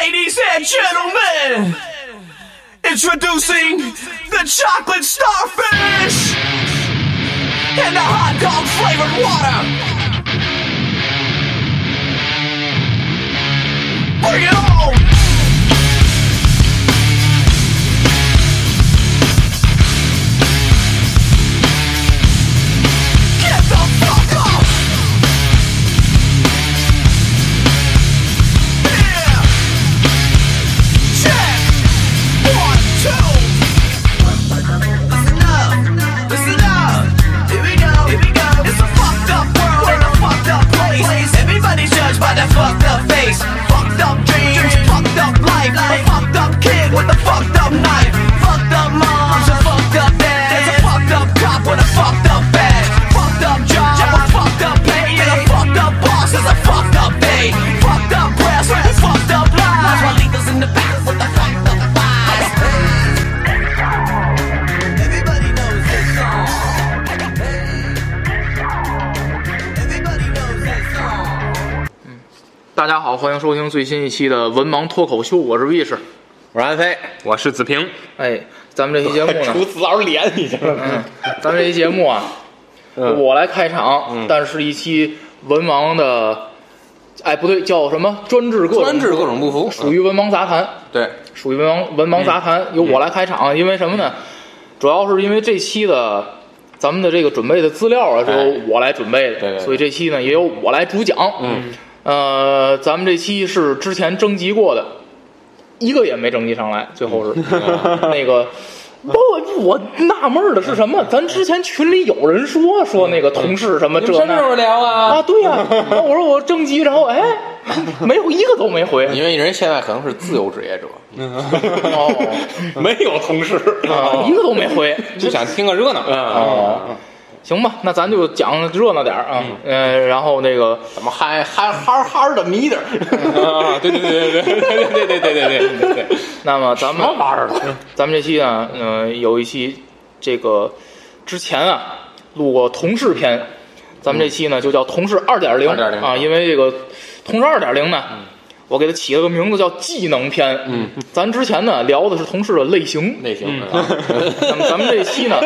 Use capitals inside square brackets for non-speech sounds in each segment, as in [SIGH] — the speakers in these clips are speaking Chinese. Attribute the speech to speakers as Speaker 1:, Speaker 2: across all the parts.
Speaker 1: Ladies and gentlemen, introducing the chocolate starfish and the hot dog flavored water. Bring it on! Get the fuck off! Yeah! Check! One, two! Listen up, listen up. Here we go, here we go. It's a fucked up world and a fucked up place. Everybody's judged by their fucked up face, fucked up dreams, fucked up life, a fucked up kid with a fucked up knife, fucked up mom, a fucked up dad, there's a fucked up cop with a fucked up badge, fucked up job, a fucked up pay, and a fucked up boss is a fucked up day, fucked up press, with a fucked up lies. That's why leaders in the back with the fucked up vibes. Everybody knows this song. Everybody knows this song.
Speaker 2: 大家好，欢迎收听最新一期的《文盲脱口秀》，我是 V 士。
Speaker 3: 我是安飞，
Speaker 4: 我是子平。
Speaker 2: 哎，咱们这期节
Speaker 3: [LAUGHS]
Speaker 2: 目呢，
Speaker 3: 除此而脸已经。
Speaker 2: 嗯，咱们这期节目啊，
Speaker 3: 嗯
Speaker 2: 我来开场，但是一期文盲的，哎，不对，叫什么？专治各种
Speaker 3: 专治各种不服，
Speaker 2: 属于文盲杂谈，
Speaker 3: 对，
Speaker 2: 属于文盲文盲杂谈，由我来开场，
Speaker 3: 嗯
Speaker 2: 因为什么呢？主要是因为这期的咱们的这个准备的资料啊，是由
Speaker 3: 哎
Speaker 2: 我来准备的，
Speaker 3: 对对对
Speaker 2: 所以这期呢也由我来主讲。
Speaker 3: 嗯，
Speaker 2: 呃，咱们这期是之前征集过的，一个也没征集上来，最后是、
Speaker 3: 嗯
Speaker 2: [LAUGHS] 那个。不，我纳闷儿的是什
Speaker 3: 嗯
Speaker 2: 么？咱之前群里有人说说那个同事什么这
Speaker 3: 什么时
Speaker 2: 那
Speaker 3: 候聊
Speaker 2: 啊，
Speaker 3: 啊？
Speaker 2: 对呀、然后我说我征集，然后哎，没有一个都
Speaker 3: [LAUGHS]
Speaker 2: 没回。
Speaker 5: 因为人现在可能是自由职业者， [LAUGHS]
Speaker 2: 哦，
Speaker 3: 嗯没有同事，嗯
Speaker 2: 啊， [LAUGHS] 一个都没
Speaker 3: [LAUGHS]
Speaker 2: 回。
Speaker 5: 就想听个热闹。啊
Speaker 2: 哦，行吧，那咱就讲热闹点儿啊。嗯，然后那个
Speaker 5: 怎么嗨嗨哈哈的迷的？
Speaker 3: 啊，对对对对对对对对对对对对对，
Speaker 2: 那么咱们嗯
Speaker 3: 什么玩意儿了？
Speaker 2: 咱们这期呢，嗯、有一期这个之前啊录过同事篇，咱们这期呢就叫同事二点零
Speaker 3: 2.0
Speaker 2: 啊，因为这个同事二点零呢，
Speaker 3: 嗯
Speaker 2: 我给它起了个名字叫技能篇。嗯，咱之前呢聊的是同事的类
Speaker 3: 嗯
Speaker 2: 型，
Speaker 5: 类型
Speaker 3: [LAUGHS]
Speaker 5: 啊
Speaker 2: 那么咱们这期呢，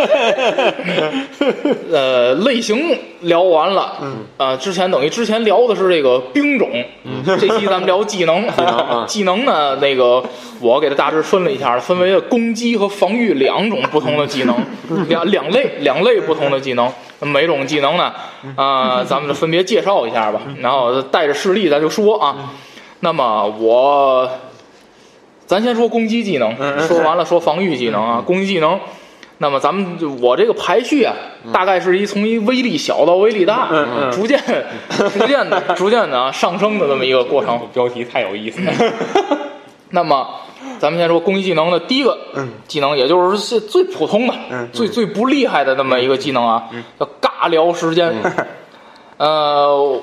Speaker 2: [LAUGHS] 呃，类型聊完了，嗯，啊，之前等于之前聊的是这个兵种，嗯，这期咱们聊 [LAUGHS] 技能，
Speaker 3: 啊
Speaker 2: 技能呢，那个我给它大致分了一下，分为了攻击和防御两种不同的技能，两两类两类不同的技能，每种技能呢，啊、咱们就分别介绍一下吧，然后带着事例咱就说啊，那么我咱先说攻击技能，说完了说防御技能啊，攻击技能。那么咱们就我这个排序啊，大概是一从一威力小到威力大，逐渐逐渐的逐渐的啊上升的这么一个过程。
Speaker 3: 标题太有意 [LAUGHS] 思了。
Speaker 2: 那么咱们先说攻击技能的第一个技能，也就是是最普通的、最最不厉害的那么一个技能啊，叫尬聊时间。呃，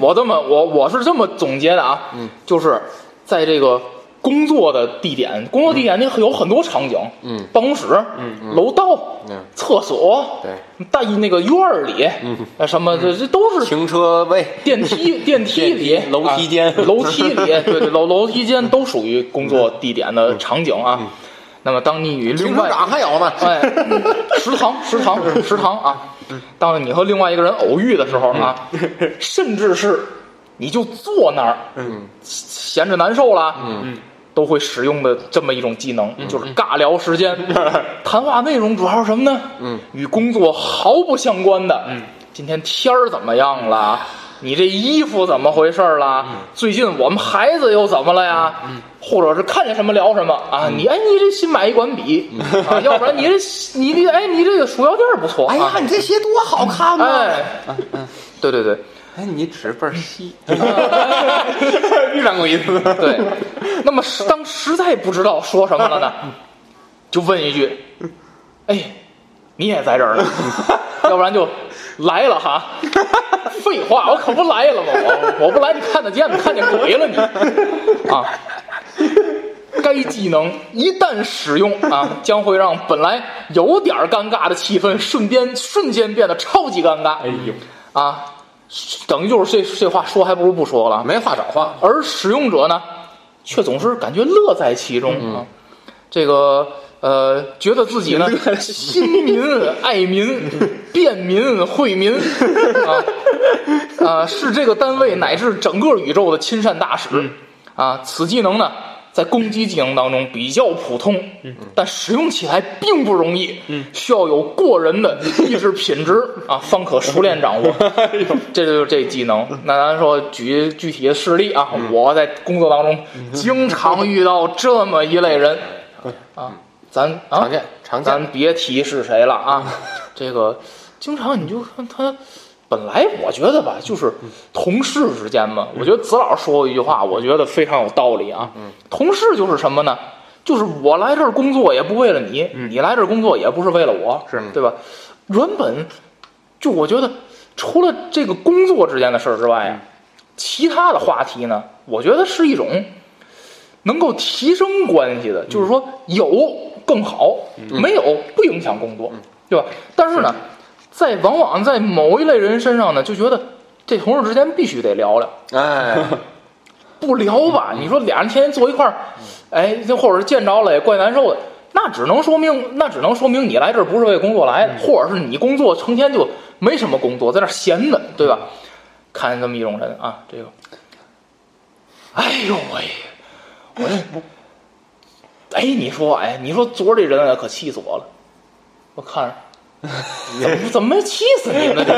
Speaker 2: 我这么我我是这么总结的啊，就是在这个。工作的地点，工作地点那有很多场景，嗯，办公室，嗯，楼道，
Speaker 5: 嗯，
Speaker 2: 厕所，
Speaker 5: 对，
Speaker 2: 大那个院儿里，嗯，什么这这都是
Speaker 5: 停车位、
Speaker 2: 电梯电梯里、
Speaker 3: 楼梯间
Speaker 2: 啊楼梯里，对对，楼楼梯间都属于工作地点的场景啊。那么，当你与
Speaker 5: 停
Speaker 2: 另
Speaker 5: 车
Speaker 2: 外
Speaker 5: 场还有呢。
Speaker 2: 哎，食堂食堂食堂啊，当你和另外一个人偶遇的时候啊，甚至是你就坐那儿，嗯，闲着难受了，嗯，都会使用的这么一种技
Speaker 6: 嗯
Speaker 2: 能，就是尬聊时
Speaker 6: [LAUGHS]
Speaker 2: 间，谈话内容主要是什么呢？嗯，与工作毫不相关的。嗯，今天天儿怎么样了？
Speaker 6: 嗯
Speaker 2: 你这衣服怎么回事儿啦？最近我们孩子又怎么了呀？
Speaker 6: 嗯
Speaker 2: 或者是看见什么聊什么啊？你哎，你这新买一管笔
Speaker 6: [LAUGHS]
Speaker 2: 啊，要不然你这你这哎，你这个鼠标垫儿不错。
Speaker 6: 嗯哎
Speaker 2: 啊
Speaker 6: 呀，你这鞋多好看呐、嗯
Speaker 2: 哎，对对对，
Speaker 3: 哎，你纸倍儿稀， [LAUGHS] 遇上过一次。
Speaker 2: 对，那么实当实在不知道说什么了呢，就问一句：“哎，你也在这儿呢？要不然就来了哈。”废话，我可不来了吗？我我不来，你看得见吗？看见鬼了你啊！该技能一旦使用啊，将会让本来有点儿尴尬的气氛瞬间瞬间变得超级尴尬。哎呦啊！等于就是这这话说还不如不说了，
Speaker 3: 没话找话，
Speaker 2: 而使用者呢，却总是感觉乐在其中啊。这个呃，觉得自己呢亲民、爱民、便民、惠民啊啊，是这个单位乃至整个宇宙的亲善大使啊。此技能呢，在攻击技能当中比较普通，但使用起来并不容易，需要有过人的意志品质啊，方可熟练掌握。这就是这技能。那咱说举具体的事例啊，
Speaker 3: 嗯
Speaker 2: 我在工作当中经常遇到这么一类人啊，咱啊
Speaker 3: 常见常见嗯
Speaker 2: 咱别提是谁了啊， [LAUGHS] 这个经常你就看他。本来我觉得吧，就是
Speaker 3: 嗯
Speaker 2: 同事之间嘛，我觉得子老师说过一句话，我觉得非常有道理啊。
Speaker 3: 嗯
Speaker 2: 同事就是什么呢？就是我来这儿工作也不为了你，
Speaker 3: 嗯
Speaker 2: 你来这儿工作也不是为了我，是对吧？原本就我觉得，除了这个工作之间的事儿之外
Speaker 3: 嗯
Speaker 2: 啊，其他的话题呢，我觉得是一种能够提升关系的，就是说有更好，没有不影响工作，对吧？但是呢，在往往在某一类人身上呢，就觉得这同事之间必须得聊聊，
Speaker 3: 哎， [LAUGHS]
Speaker 2: 不聊吧？你说俩人天天坐一块儿，哎，这或者是见着了也怪难受的，那只能说明，那只能说明你来这儿不是为工作来的，或者是你工作成天就没什么工作，在那儿闲的，对吧？看见这么一种人啊，这个，哎呦喂，我这，哎，你说，哎，你说昨儿这人啊，可气死我了，我看着。怎么怎么没气死你呢？这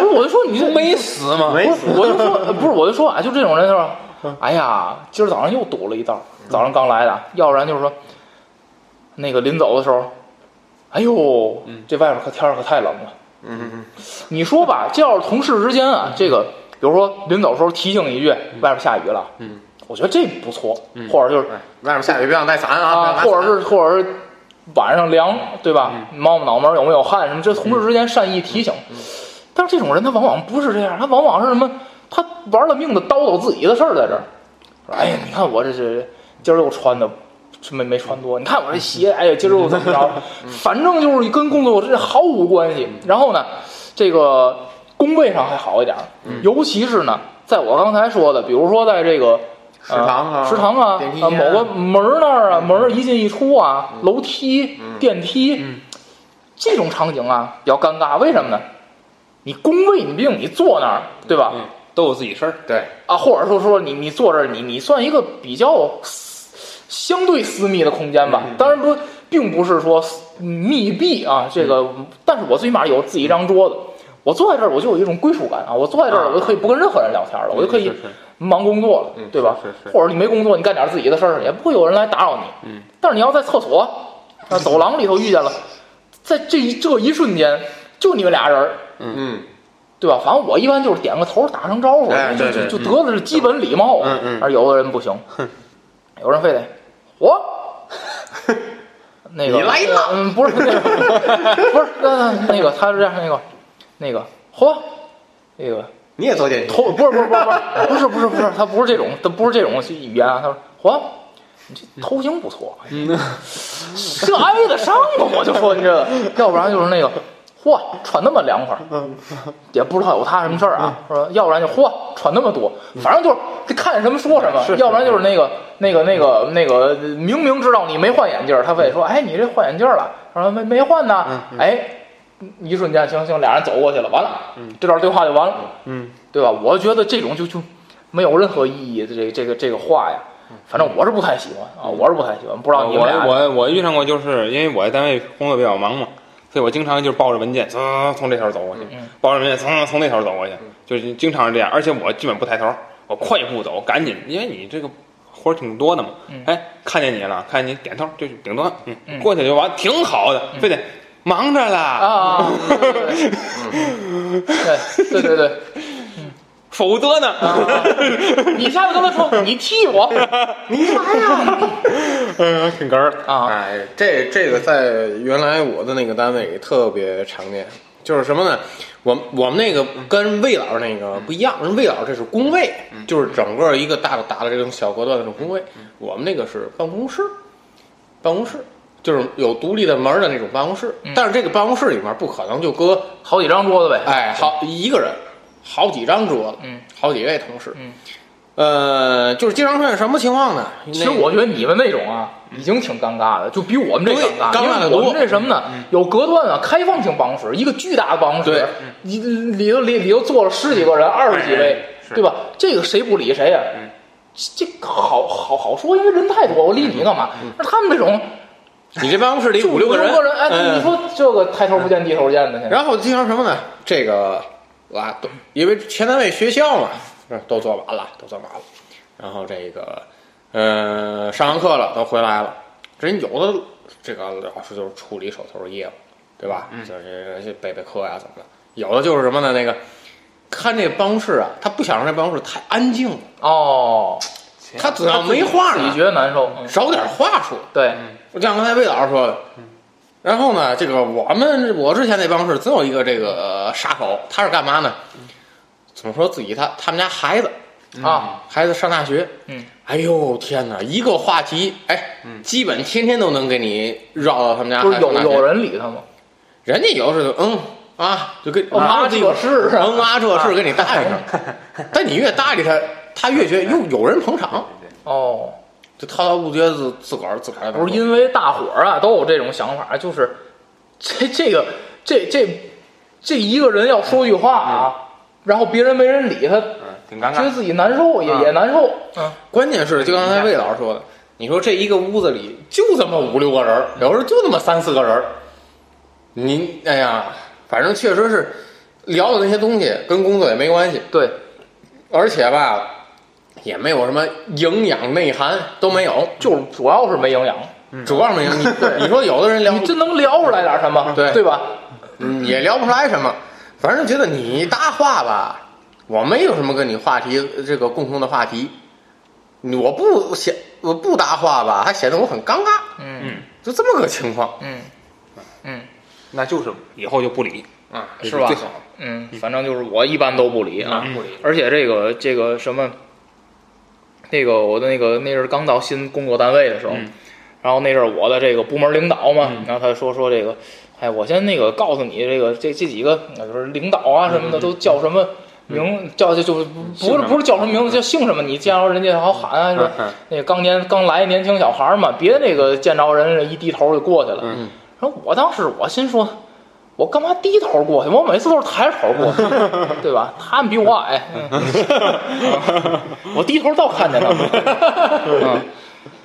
Speaker 2: 不 [LAUGHS] 是，我就说你这没
Speaker 3: 死吗？
Speaker 6: 没
Speaker 2: 不是，我就说不是，我就说啊，就这种人就是，哎呀，今儿早上又堵了一道，早上刚来的，要不然就是说，那个临走的时候，哎呦，这外边可天儿可太冷了。嗯，你说吧，这要是同事之间啊，这个比如说临走的时候提醒一句，外边下雨了，嗯，哎我觉得这不错，或者就是
Speaker 3: 外面下雨，别忘带伞
Speaker 2: 啊，
Speaker 3: 啊，
Speaker 2: 或者是或者是晚上凉，对吧？摸摸脑门儿有没有汗什么，这同事之间善意提醒。但是这种人他往往不是这样，他往往是什么？他玩了命的叨叨自己的事儿在这儿。说哎呀，你看我这这今儿又穿的。是没没穿多，你看我这鞋，哎呀，今儿又怎么着？ [LAUGHS] 反正就是跟工作这毫无关系。然后呢，这个工位上还好一点儿，尤其是呢，在我刚才说的，比如说在这个食
Speaker 3: 堂啊嗯
Speaker 2: 食堂啊，
Speaker 3: 电梯
Speaker 2: 啊
Speaker 3: 间
Speaker 2: 某个门儿那儿啊，门儿一进一出啊，楼梯、
Speaker 3: 嗯
Speaker 2: 电梯，这种场景啊比较尴尬。为什么呢？你工位，你毕竟你坐那儿，对
Speaker 3: 嗯
Speaker 2: 吧？
Speaker 3: 都有自己事儿。对，
Speaker 2: 啊，或者说说你你坐这儿，你你算一个比较私相对私密的空间吧。
Speaker 3: 嗯
Speaker 2: 当然不，并不是说私密闭啊，这个，
Speaker 3: 嗯
Speaker 2: 但是我最起码有自己一张桌子，我坐在这儿我就有一种归属感啊。我坐在这儿，我就可以不跟任何人聊天了，我就可以
Speaker 3: 嗯是是
Speaker 2: 忙工作了，
Speaker 3: 嗯
Speaker 2: 对吧？
Speaker 3: 是是是
Speaker 2: 或者你没工作，你干点自己的事儿，也不会有人来打扰你。
Speaker 3: 嗯，
Speaker 2: 但是你要在厕所、啊走廊里头遇见了，在这一这一瞬间，就你们俩人儿，
Speaker 3: 嗯，
Speaker 2: 对吧？反正我一般就是点个头，打声招呼，
Speaker 3: 哎对对
Speaker 2: 就就得的是基本礼貌。啊
Speaker 3: 嗯嗯
Speaker 2: 而有的人不行，有人非得
Speaker 3: [LAUGHS]
Speaker 2: 我。那个
Speaker 3: 你来了
Speaker 2: 嗯，不是那个，不是那那个，他是这样那个，那个嚯，那个
Speaker 3: 你也做电梯， [LAUGHS]
Speaker 2: 头不是不是不是不是不是不是不是，他不是这种，他不是这种语言啊。他说嚯，你这头型不错，
Speaker 3: 嗯
Speaker 2: [LAUGHS] 这挨得上吗？我就说你这
Speaker 3: [LAUGHS]
Speaker 2: 个，要不然就是那个嚯，穿那么凉快儿，也不知道有他什么事儿啊。说要不然就嚯，穿那么多，反正就是这看什么说什么，要不然就是那个那个那个那个，明明知道你没换眼镜儿，他非得说哎你这换眼镜儿了，说没没换呢，哎。一瞬间，行行，俩人走过去了，完了，这段对话就完了。对吧？我觉得这种就就没有任何意义的这个这个这个话呀。反正我是不太喜欢啊，我是不太喜欢，不知道你们俩
Speaker 3: 呃我我我遇上过，就是因为我在单位工作比较忙嘛，所以我经常就是抱着文件，噌从这头走过去，
Speaker 2: 嗯
Speaker 3: 抱着文件噌从那头走过去，就是经常是这样。而且我基本不抬头，我快步走，赶紧，因为你这个活儿挺多的嘛。
Speaker 2: 嗯
Speaker 3: 哎，看见你了，看见你点头，就是顶端，嗯，过去就完，挺好的，非得忙着啦，
Speaker 2: 嗯啊，对对对对对对对对。
Speaker 3: [LAUGHS] 否则呢？
Speaker 2: 啊
Speaker 3: [LAUGHS]
Speaker 2: 你下次跟他说，你替我，你啥呀？
Speaker 3: 嗯，挺哏儿
Speaker 2: 啊，
Speaker 7: 哎，这这个在原来我的那个单位里特别常见，就是什么呢？我们我们那个跟魏老师那个不一样，人魏老师这是工位，
Speaker 2: 嗯
Speaker 7: 就是整个一个大的打的这种小隔断的这种工位，我们那个是办公室，办公室。就是有独立的门儿的那种办公室，
Speaker 2: 嗯
Speaker 7: 但是这个办公室里面不可能就搁
Speaker 2: 好几张桌子呗。
Speaker 7: 哎，好一个人，好几张桌子，
Speaker 2: 嗯，
Speaker 7: 好几位同事，
Speaker 2: 嗯，
Speaker 7: 呃，就是经常出现什么情况呢？
Speaker 2: 其实
Speaker 7: 那个
Speaker 2: 我觉得你们那种啊，已经挺尴尬的，就比我们这
Speaker 7: 对
Speaker 2: 尴尬。
Speaker 7: 尴
Speaker 2: 因
Speaker 7: 尬得
Speaker 2: 为
Speaker 7: 多嗯
Speaker 2: 我们这什么呢？有隔断啊，开放性办公室，一个巨大的办公室
Speaker 7: 对，嗯
Speaker 2: 一里头里里头坐了十几个人，二十几位，
Speaker 7: 哎
Speaker 2: 对吧？这个谁不理谁呀？啊
Speaker 7: 嗯
Speaker 2: 这这好好好说，因为人太多，我理你干嘛？那他们这种
Speaker 7: 你这办公室里
Speaker 2: 就
Speaker 7: 嗯五六个人，
Speaker 2: 人，哎，
Speaker 7: 嗯
Speaker 2: 你说这个抬头不见低头见的，现在
Speaker 7: 然后经常什么呢？这个啊，都因为前单位学校嘛，是都做完了，都做完了。然后这个，呃，上完课了都回来了。人有的这个老师就是处理手头的业务，对吧？
Speaker 2: 嗯
Speaker 7: 就是这备备课呀、怎么的。有的就是什么呢？那个看这办公室啊，他不想让这办公室太安静了，
Speaker 2: 哦，
Speaker 7: 他只要没话
Speaker 2: 自己
Speaker 7: 呢，
Speaker 2: 觉得难受，嗯
Speaker 7: 少点话说。
Speaker 2: 对，
Speaker 7: 就像刚才魏老师说的，然后呢，这个我们我之前那办公室总有一个这个呃杀手，他是干嘛呢？怎么说自己他他们家孩子
Speaker 2: 啊，
Speaker 7: 孩子上大学，
Speaker 2: 嗯，
Speaker 7: 哎呦天哪，一个话题，哎，基本天天都能给你绕到他们家
Speaker 2: 就嗯
Speaker 7: 孩
Speaker 2: 是
Speaker 7: 子
Speaker 2: 有
Speaker 7: 上大学。
Speaker 2: 有人理他吗？
Speaker 7: 人家有时候就嗯啊，就跟
Speaker 2: 哦啊这个是啊
Speaker 7: 嗯啊这事跟你搭
Speaker 2: [LAUGHS]
Speaker 7: 理上，但你越搭理他，他越觉得哟有人捧场，
Speaker 2: 哦，
Speaker 7: 就滔滔不绝自自个儿自个儿在那
Speaker 2: 不
Speaker 7: 儿
Speaker 2: 是因为大伙儿啊都有这种想法，就是这这个这这这一个人要说句话啊，然后别人没人理他，
Speaker 3: 挺尴
Speaker 2: 觉
Speaker 3: 尬
Speaker 2: 得。自己难受也也难受，嗯，
Speaker 7: 关键是，就刚才魏老师说的，你说这一个屋子里就这么五六个人儿，有时候就那么三四个人儿，您哎呀，反正确实是聊的那些东西跟工作也没关系，
Speaker 2: 对，
Speaker 7: 而且吧，也没有什么营养内涵都没有，
Speaker 2: 就是主要是没营养，
Speaker 7: 主要是没有你。你说有的人聊
Speaker 2: 嗯你真能聊出来点什么，
Speaker 7: 对
Speaker 2: 嗯对吧？
Speaker 7: 嗯也聊不出来什么，反正觉得你搭话吧，我没有什么跟你话题这个共同的话题，你我不显我不搭话吧，还显得我很尴尬。
Speaker 2: 嗯
Speaker 7: 就这么个情况，
Speaker 2: 嗯嗯
Speaker 3: 那就是以后就不理，
Speaker 7: 啊，
Speaker 3: 这
Speaker 2: 是吧
Speaker 3: 最好嗯
Speaker 2: 嗯，反正就是我一般都不理啊，
Speaker 3: 不理。
Speaker 2: 而且这个这个什么，那个我的那个那阵儿刚到新工作单位的时候，
Speaker 3: 嗯
Speaker 2: 然后那阵儿我的这个部门领导嘛，然后他就说说这个，哎，我先那个告诉你这个这这几个呃就是领导
Speaker 3: 嗯
Speaker 2: 啊什么的、都叫什么。名叫就就不
Speaker 3: 什
Speaker 2: 是
Speaker 3: 么嗯
Speaker 2: 不是叫什么名字，叫姓什么？你见着人家好喊啊，是吧？那刚年刚来年轻小孩儿嘛，别那个见着人一低头就过去了。
Speaker 3: 嗯
Speaker 2: 然后我当时我心说，我干嘛低头过去？我每次都是抬着头过去，对吧？他们比我矮，嗯我低头倒看见他们。嗯，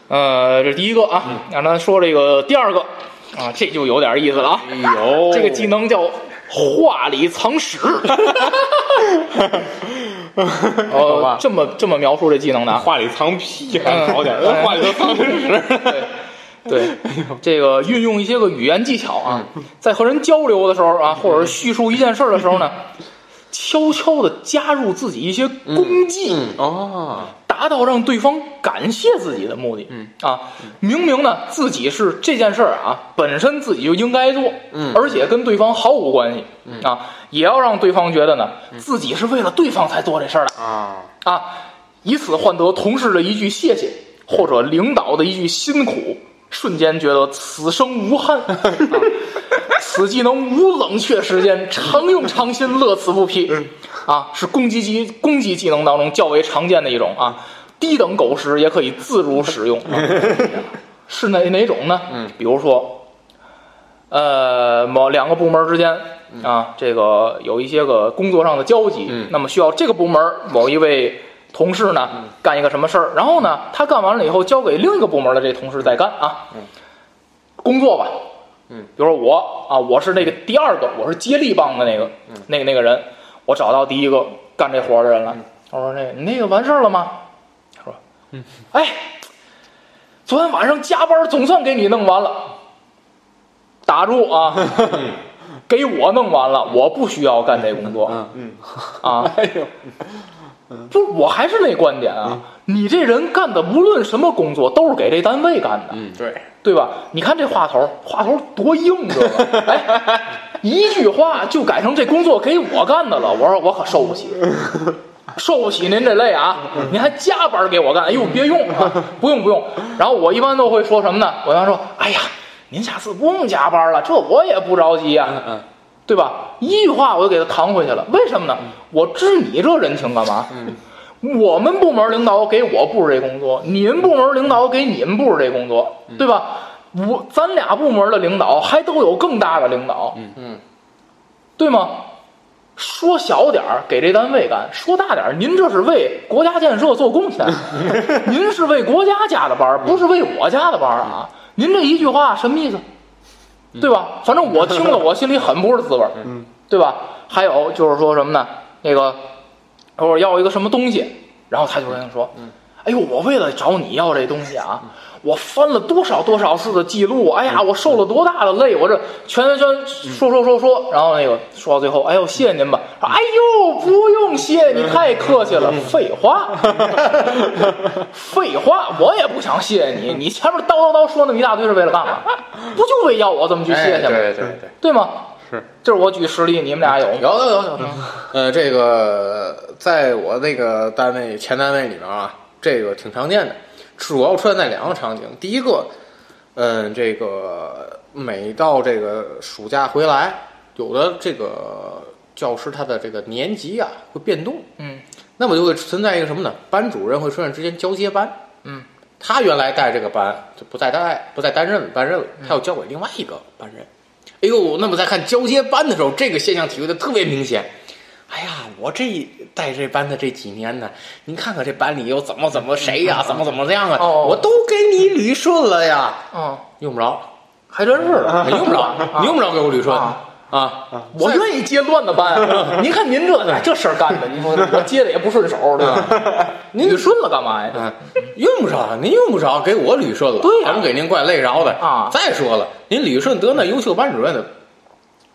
Speaker 2: 呃，这第一个啊，让咱说这个第二个啊，这就有点意思了啊。
Speaker 3: 哎哦
Speaker 7: 有
Speaker 2: 这个
Speaker 3: [LAUGHS]
Speaker 2: 技能叫画里藏屎。哦，这么这么描述这技能的啊，
Speaker 3: 话里藏屁还好
Speaker 2: [LAUGHS]
Speaker 3: 点儿，那话里都藏屎。
Speaker 2: 哎
Speaker 3: [LAUGHS]
Speaker 2: 对，这个运用一些个语言技巧啊，在和人交流的时候啊，或者是叙述一件事儿的时候呢，悄悄的加入自己一些功绩，
Speaker 7: 哦，
Speaker 2: 达到让对方感谢自己的目的。嗯啊，明明呢自己是这件事儿啊本身自己就应该做，嗯，而且跟对方毫无关系，嗯啊，也要让对方觉得呢自己是为了对方才做这事儿的
Speaker 7: 啊，
Speaker 2: 啊，以此换得同事的一句谢谢，或者领导的一句辛苦，瞬间觉得此生无憾。啊此技能无冷却时间，常用常新，乐此不疲。啊，是攻击技攻击技能当中较为常见的一种啊，低等狗食也可以自如使用。啊是哪哪种呢？嗯，比如说，呃，某两个部门之间嗯啊，这个有一些个工作上的交集，那么需要这个部门某一位同事呢干一个什么事儿，然后呢，他干完了以后交给另一个部门的这同事再干啊，工作吧，嗯，比如说我啊，我是那个第二个，我是接力棒的那个，那个那个人，我找到第一个干这活的人了，我说那个你那个完事儿了吗？他说，嗯，哎，昨天晚上加班总算给你弄完了，打住啊。给我弄完了，我不需要干这工作。嗯嗯，啊，
Speaker 3: 哎
Speaker 2: 不是，我还是那观点啊，你这人干的无论什么工作，都是给这单位干的，
Speaker 7: 对，
Speaker 2: 对吧？你看这话头，话头多硬，这个，哎，一句话就改成这工作给我干的了，我说我可受不起。受不起您这累啊！您还加班给我干，哎呦，别用啊，不用不用。然后我一般都会说什么呢？我一般说，哎呀，您下次不用加班了，这我也不着急呀、啊
Speaker 3: 嗯
Speaker 2: 对吧？一句话我就给他扛回去了，为什么呢？我知你这人情干嘛？我们部门领导给我布置这工作，你们部门领导给你们布置这工作，对吧？我咱俩部门的领导还都有更大的领导，嗯嗯，对吗？说小点儿给这单位干，说大点儿，您这是为国家建设做贡献，啊您是为国家加的班儿，不是为我加的班儿啊！您这一句话什么意思？对吧？反正我听了，我心里很不是滋味儿，对吧？还有就是说什么呢？那个我要一个什么东西，然后他就跟他说，
Speaker 7: 嗯
Speaker 2: 哎呦，我为了找你要这东西啊，我翻了多少多少次的记录，哎
Speaker 7: 嗯
Speaker 2: 呀，我受了多大的累，我这全全全说说说说，然后那个说到最后，哎呦，谢谢您吧，说哎呦，不用谢，你太客气
Speaker 7: 嗯
Speaker 2: 了，废
Speaker 7: [LAUGHS]
Speaker 2: 话，废话，我也不想谢谢你，你前面叨叨叨说那么一大堆是为了干嘛？不就为要我这么去谢
Speaker 7: 哎，
Speaker 2: 谢
Speaker 7: 对
Speaker 2: 吗？
Speaker 7: 对对对。
Speaker 2: 对吗？是，这是我举实例，你们俩有吗？
Speaker 7: 有有有有有，呃，这个在我那个单位前单位里面啊，这个挺常见的，主要出现在两个场景。第一个，嗯，这个每到这个暑假回来，有的这个教师他的这个年级啊会变动，
Speaker 2: 嗯，
Speaker 7: 那么就会存在一个什么呢？班主任会出现之间交接班，
Speaker 2: 嗯，
Speaker 7: 他原来带这个班就不再带不再担任班任了，
Speaker 2: 嗯
Speaker 7: 他要交给另外一个班任。哎呦，那么在看交接班的时候，这个现象体会的特别明显。哎呀，我这带这班的这几年呢，您看看这班里又怎么怎么谁呀、怎么怎么样啊，
Speaker 2: 嗯哦
Speaker 7: 我都给你捋顺了呀，
Speaker 2: 嗯，
Speaker 7: 用不着，
Speaker 2: 还 [LAUGHS] 真是的，
Speaker 7: 用不着，你用不着给我捋顺
Speaker 2: 啊
Speaker 7: 啊。
Speaker 2: 我愿意接乱的班。您看您这哎这事儿干的，你说我接的也不顺手，对吧？您捋顺了干嘛呀？
Speaker 7: 嗯，用不着，您用不着给我捋顺了，
Speaker 2: 对呀
Speaker 7: 咱们给您怪累着的
Speaker 2: 啊
Speaker 7: 再说了，您捋顺得那优秀班主任的，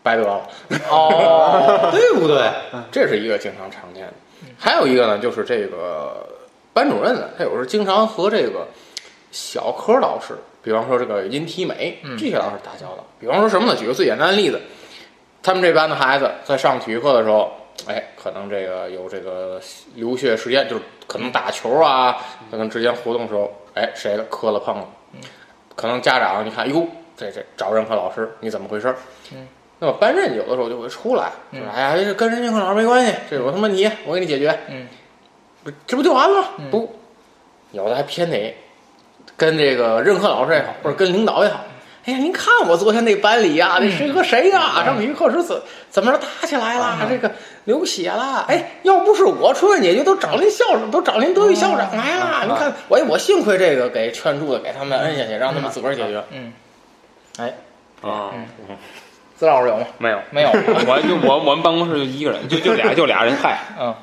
Speaker 7: 白得了。
Speaker 2: 哦，
Speaker 7: 对不对？这是一个经常常见的。还有一个呢，就是这个班主任呢，他有时候经常和这个小科老师，比方说这个音体美这些老师打交道。比方说什么呢？举个最简单的例子，他们这班的孩子在上体育课的时候，哎，可能这个有这个流血实验，就是可能打球啊，可能之间活动的时候，哎，谁磕了碰了，可能家长一看，哟，这这找任课老师，你怎么回事儿？那么班任有的时候就会出来，说哎呀，这跟任任课老师没关系，这有他妈你，我给你解决，
Speaker 2: 嗯
Speaker 7: 不，这不就完了吗？不，有的还偏得跟这个任课老师也好，或者跟领导也好。哎呀，您看我昨天那班里呀、这谁和谁呀、上体育课时怎怎么着打起来了？这个流血了。哎，要不是我出面解决，都找您校长，都找您德育校长来了。您看，我我幸亏这个给劝住的，给他们摁下去，让他们自个儿解决。
Speaker 2: 嗯，哎，
Speaker 3: 啊，
Speaker 2: 资料有吗？
Speaker 3: 没有，
Speaker 2: 没有。
Speaker 3: 我就我 [LAUGHS] 我们办公室就一个人，就就俩就俩人， [LAUGHS] 嗨，
Speaker 2: 嗯，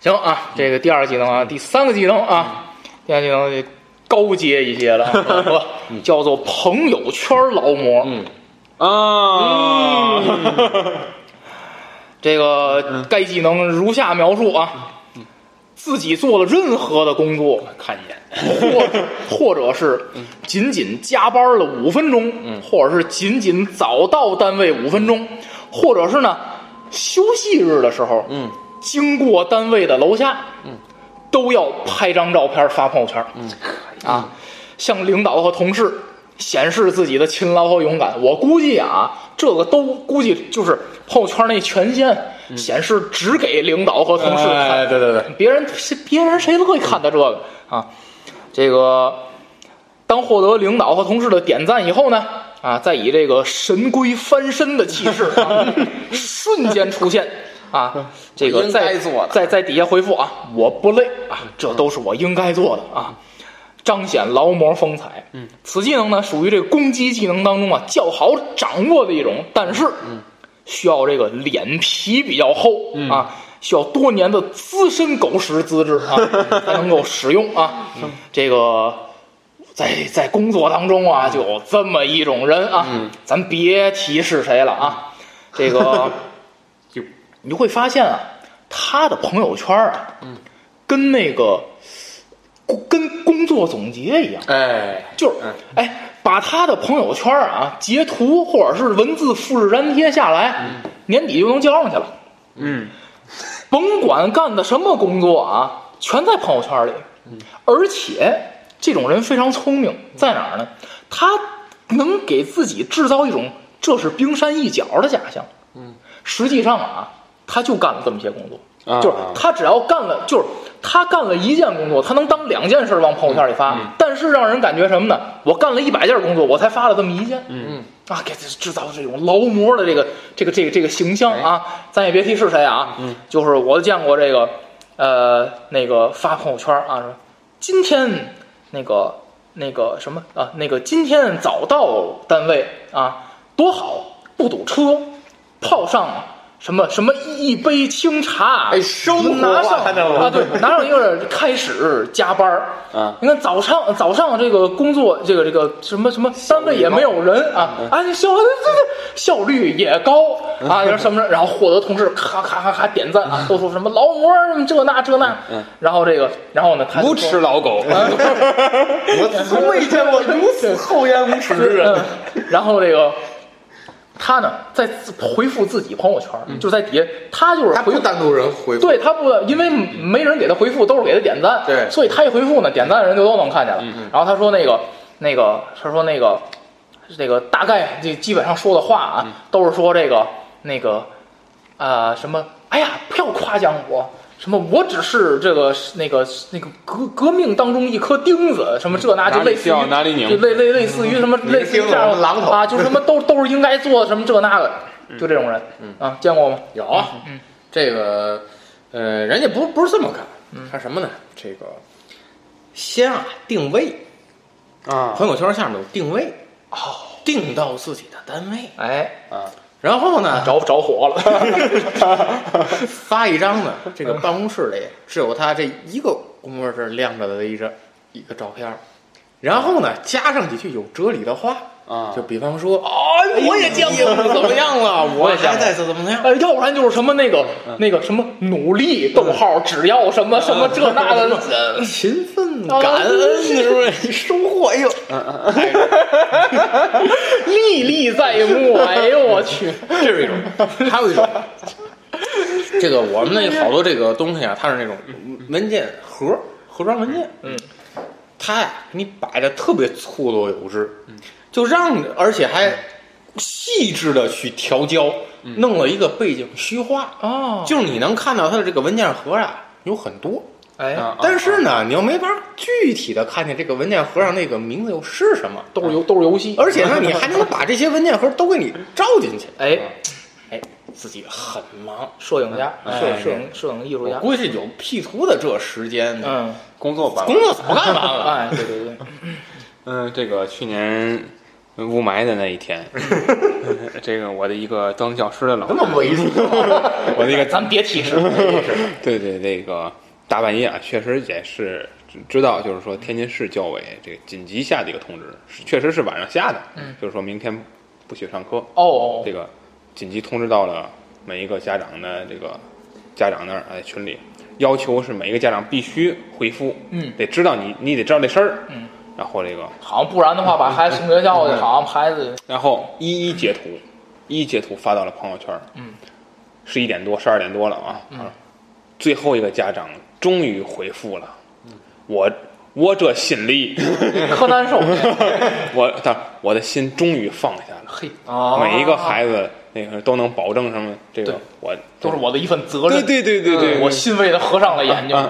Speaker 2: 行啊，这个第二技能啊，第三个技能啊，第三技能就高阶一些了啊，是吧叫做朋友圈劳模。嗯。
Speaker 3: 啊，
Speaker 2: 这个该技能如下描述啊：自己做了任何的工作，
Speaker 3: 看一眼，
Speaker 2: 或者或者是仅仅加班了五分钟，或者是仅仅早到单位五分钟，或者是呢休息日的时候，嗯，经过单位的楼下，嗯，都要拍张照片发朋友圈，嗯啊，向领导和同事显示自己的勤劳和勇敢。我估计啊，这个都估计就是朋友圈那权限显示只给领导和同事看。
Speaker 7: 哎，对对对，
Speaker 2: 别人谁别人谁乐意看到这个啊？这个当获得领导和同事的点赞以后呢，
Speaker 7: [LAUGHS]
Speaker 2: 啊，再以这个神龟翻身的气势、啊，瞬间出现，啊，这个
Speaker 7: 应
Speaker 2: 在
Speaker 7: 该做的
Speaker 2: 在在底下回复啊，我不累啊，这都是我应该做的啊，彰显劳模风采。嗯，此技能呢属于这个攻击技能当中啊较好掌握的一种，但是需要这个脸皮比较厚啊，需要多年的资深狗识资质啊才能够使用啊，这个。在在工作当中啊，就有这么一种人啊，咱别提是谁了啊，这个你就会发现啊，他的朋友圈啊，嗯，跟那个跟工作总结一样，
Speaker 7: 哎，
Speaker 2: 就是哎，把他的朋友圈啊截图或者是文字复制粘贴下来，年底就能交上去了。嗯，甭管干的什么工作啊，全在朋友圈里。而且这种人非常聪明，在哪儿呢？他能给自己制造一种这是冰山一角的假象。嗯，实际上啊，他就干了这么些工作。
Speaker 3: 啊
Speaker 2: 就是他只要干了，就是他干了一件工作，他能当两件事儿往朋友圈里发。但是让人感觉什么呢？我干了一百件工作，我才发了这么一件。嗯啊，给自己制造这种劳模的这个这个这个这个形象啊，咱也别提是谁啊。嗯，就是我见过这个，呃，那个发朋友圈啊，说今天那个那个什么啊，那个今天早到单位啊，多好，不堵车，泡上什么什么一杯清茶，
Speaker 7: 哎生活化
Speaker 2: 拿上
Speaker 7: 看到了吗
Speaker 2: 啊，对，拿上一个开始加班儿
Speaker 3: 啊
Speaker 2: 你看早上早上这个工作这个这个什么什么单位也没有人啊
Speaker 7: 嗯
Speaker 2: 啊，效这这效率也高
Speaker 7: [LAUGHS]
Speaker 2: 啊，然后什么然后获得同事咔咔咔咔点赞啊，都说什么劳模儿什么这那这那，
Speaker 7: 嗯
Speaker 2: 然后这个然后呢，他就
Speaker 3: 无
Speaker 2: 说
Speaker 3: 耻老 [LAUGHS] 狗，
Speaker 7: 我从未见过如此厚颜无耻
Speaker 2: [LAUGHS]
Speaker 7: 之人。
Speaker 2: 嗯然后这个他呢，在自回复自己朋友圈，就在底下，他就是
Speaker 7: 嗯他
Speaker 2: 回
Speaker 7: 不单独人回复，
Speaker 2: 对他不，因为没人给他回复，都是给他点赞，
Speaker 7: 对
Speaker 2: 所以他一回复呢，点赞的人就都能看见
Speaker 3: 嗯
Speaker 2: 了。然后他说那个那个，他说那个那个大概这基本上说的话啊，
Speaker 3: 嗯
Speaker 2: 都是说这个那个啊、什么，哎呀，不要夸奖我。什么？我只是这个那个那个革革命当中一颗钉子，什么这那就
Speaker 3: 哪里
Speaker 2: 类似于
Speaker 3: 掉哪里拧嗯
Speaker 2: 就类类类似于什么类似于这样的
Speaker 7: 榔头
Speaker 2: 啊，就是什么都都是应该做的什么这那个，
Speaker 3: 嗯
Speaker 2: 就这种人啊，见过吗？
Speaker 7: 有啊，这个呃，人家不不是这么干，他什么呢？这个先啊定位啊，朋友圈下面有定位哦，定到自己的单位，
Speaker 2: 哎，
Speaker 7: 然后呢，
Speaker 2: 着着
Speaker 7: [LAUGHS]
Speaker 2: 火了。
Speaker 7: 发一张呢，这个办公室里只有他这一个工作室亮着的一张一个照片儿，然后呢，加上几句有哲理的话
Speaker 3: 啊
Speaker 7: 就比方说，哎，我也见过怎么样了，我
Speaker 2: 也见过
Speaker 7: 还在怎么样，
Speaker 2: 呃，要不然就是什么那个、
Speaker 7: 嗯
Speaker 2: 那个什么努力，逗号，只要什么什么这那的，呃
Speaker 7: 勤奋
Speaker 2: 啊
Speaker 7: 感恩是不是？收获哎呦，嗯
Speaker 2: 历历在目。哎呦我去，
Speaker 7: 这是一种，还有一种，这个我们那好多这个东西啊，它是那种文件盒盒装文件，嗯，它呀给你摆的特别粗粝有致，就让而且还细致的去调焦，弄了一个背景虚化，
Speaker 2: 哦
Speaker 7: 就是你能看到它的这个文件盒啊有很多，
Speaker 2: 哎，
Speaker 7: 但是呢，你又没法具体的看见这个文件盒上那个名字又是什么，
Speaker 2: 都是游都是游戏，
Speaker 7: 而且呢，你还能把这些文件盒都给你照进去，
Speaker 2: [LAUGHS] 哎，
Speaker 7: 哎，自己很忙。
Speaker 2: 摄影家，
Speaker 7: 哎
Speaker 2: 摄摄影摄影艺术
Speaker 7: 我
Speaker 2: 家，
Speaker 7: 估计是有 P 图的这时间，
Speaker 2: 嗯，
Speaker 3: [LAUGHS] 工作吧
Speaker 7: 工。作早干完了。
Speaker 2: 哎，对对对，
Speaker 7: [LAUGHS]
Speaker 3: 嗯，这个去年雾霾的那一 [LAUGHS] 天，这个我的一个当教师的老师，
Speaker 7: 猥
Speaker 2: [LAUGHS]
Speaker 7: 琐，
Speaker 3: 我的一个
Speaker 2: 咱别提示，
Speaker 3: [CLEARS THROAT] 对对，那个大半夜啊，确实也是知知道，就是说天津市教委这个紧急下的一个通知，是确实是晚上下的，嗯，就是说明天不许上课，
Speaker 2: 哦，
Speaker 3: 这个紧急通知到了每一个家长的这个家长那儿，哎，群里要求是每一个家长必须回复，
Speaker 2: 嗯
Speaker 3: 得知道你你得知道这事儿，
Speaker 2: 嗯，
Speaker 3: 然后这个
Speaker 2: 好像不然的话把孩子送学校
Speaker 7: 嗯
Speaker 2: 去，好像孩子
Speaker 3: 然后一一截图，一一截图发到了朋友圈。
Speaker 2: 嗯，
Speaker 3: 十一点多，十二点多了啊。嗯，最后一个家长终于回复了，
Speaker 2: 嗯
Speaker 3: 我我这心里， [LAUGHS]
Speaker 2: 可难
Speaker 7: [LAUGHS]
Speaker 2: 受，
Speaker 3: 我他我的心终于放下了。
Speaker 2: 嘿，
Speaker 7: 哦
Speaker 3: 每一个孩子那个都能保证什么？这
Speaker 2: 对
Speaker 3: 个我
Speaker 2: 都是我的一份责
Speaker 3: 对
Speaker 2: 任，嗯
Speaker 3: 对对对对，
Speaker 2: 我欣慰的合上了眼睛，
Speaker 3: 啊，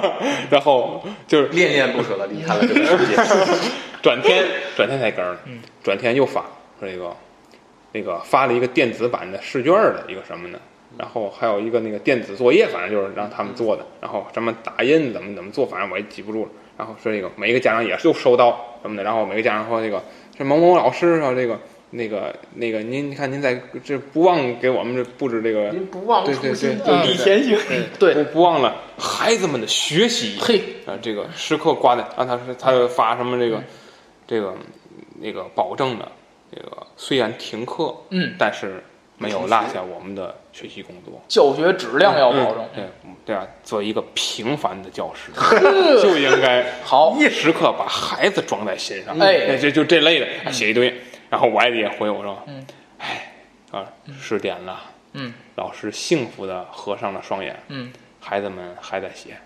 Speaker 3: [LAUGHS] 然后就是
Speaker 7: 恋恋不舍的离开了这个世界。
Speaker 3: 转天转天才更了，转天又发说这个那个发了一个电子版的试卷儿的一个什么呢？然后还有一个那个电子作业，反正就是让他们做的，然后什么打印怎么怎么做，反正我也记不住了。然后说这个每一个家长也是又收到什么的，然后每个家长说这个是某某老师啊，这个那个那个您您看您在这不忘给我们这布置这个
Speaker 2: 您不忘
Speaker 3: 对对
Speaker 2: 初心，
Speaker 3: 对对
Speaker 2: 砥砺前行。
Speaker 3: 不
Speaker 2: 啊对，
Speaker 3: 不忘了孩子们的学习
Speaker 2: 嘿，
Speaker 3: 啊，这个时刻挂在啊，他是他又发什么这
Speaker 2: 嗯
Speaker 3: 个这个那个保证的这个虽然停课，
Speaker 2: 嗯，
Speaker 3: 但是没有落下我们的学习工作。
Speaker 2: 教学质量要保证。
Speaker 3: 对对啊，作为一个平凡的教
Speaker 2: [LAUGHS]
Speaker 3: 师，就应该
Speaker 2: 好
Speaker 3: 一时刻把孩子装在心上。
Speaker 2: 哎
Speaker 3: 这就这类的啊写一堆，然后我爱子也回我说，
Speaker 2: 嗯
Speaker 3: 哎啊，十点了，
Speaker 2: 嗯，
Speaker 3: 老师幸福的合上了双眼，
Speaker 2: 嗯，
Speaker 3: 孩子们还在写，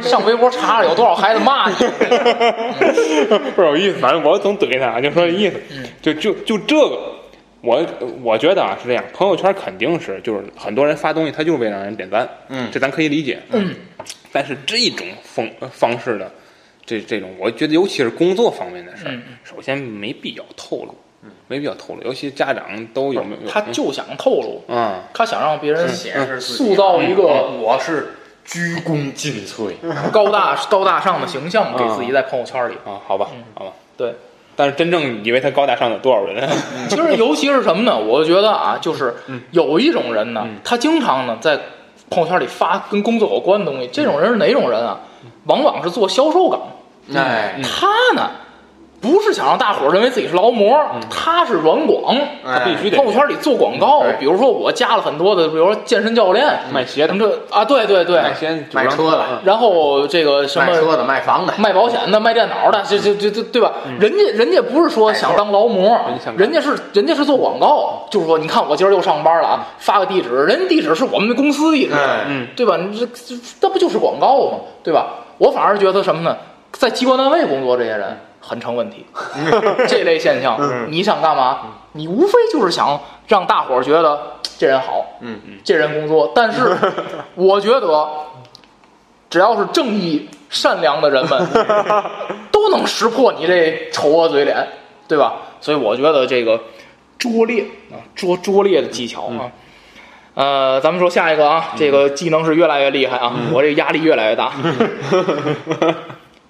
Speaker 2: 上微博查查有多少孩子骂你。
Speaker 3: [LAUGHS] 不好意思，反正我总怼他，就说这意思，就就就这个，我我觉得啊是这样，朋友圈肯定是就是很多人发东西，他就是为了让人点赞，嗯，这咱可以理解，嗯，但是这种方呃方式的这这种，我觉得尤其是工作方面的事儿，首先没必要透露，嗯，没必要透露，尤其家长都有没有
Speaker 2: 他就想透露，
Speaker 3: 嗯。
Speaker 2: 他想让别人
Speaker 7: 显示自己
Speaker 2: 嗯塑造一个
Speaker 7: 我是鞠躬尽瘁，
Speaker 2: 高大高大上的形象给自己在朋友圈里。
Speaker 3: 啊，好吧，好吧，
Speaker 2: 对，
Speaker 3: 但是真正以为他高大上有多少人？啊
Speaker 2: 嗯其实尤其是什么呢？我觉得啊，就是有一种人呢，他经常呢在朋友圈里发跟工作有关的东西。这种人是哪种人啊？往往是做销售岗。
Speaker 7: 哎，
Speaker 2: 他呢，不是想让大伙儿认为自己是劳模，他是软广，
Speaker 7: 嗯哎
Speaker 3: 必须得
Speaker 2: 朋友圈里做广告
Speaker 7: 对。
Speaker 2: 比如说我加了很多的，比如说健身教练，
Speaker 3: 嗯卖鞋
Speaker 2: 什
Speaker 3: 的
Speaker 2: 么，这啊，对对对，
Speaker 3: 卖鞋的
Speaker 7: 卖车的，
Speaker 2: 然后这个什么
Speaker 7: 卖车的，卖房的，
Speaker 2: 卖保险的、卖电脑的，这这这这对吧？
Speaker 3: 嗯
Speaker 2: 人家人家不是说想当劳模
Speaker 3: 人家想，干
Speaker 2: 人家是人家是做广告，就是说你看我今儿又上班了啊，发个地址，人家地址是我们的公司地址，
Speaker 7: 哎，
Speaker 2: 对吧？你这这这不就是广告吗？对吧？我反而觉得什么呢？在机关单位工作这些人很成问题， [LAUGHS] 这类现象，你想干嘛？你无非就是想让大伙儿觉得这人好，
Speaker 7: 嗯嗯，
Speaker 2: 这人工作。但是我觉得，只要是正义善良的人们，都能识破你这丑恶嘴脸，对吧？所以我觉得这个拙劣啊，拙拙劣的技巧啊。呃，咱们说下一个啊，这个技能是越来越厉害啊，我这压力越来越大。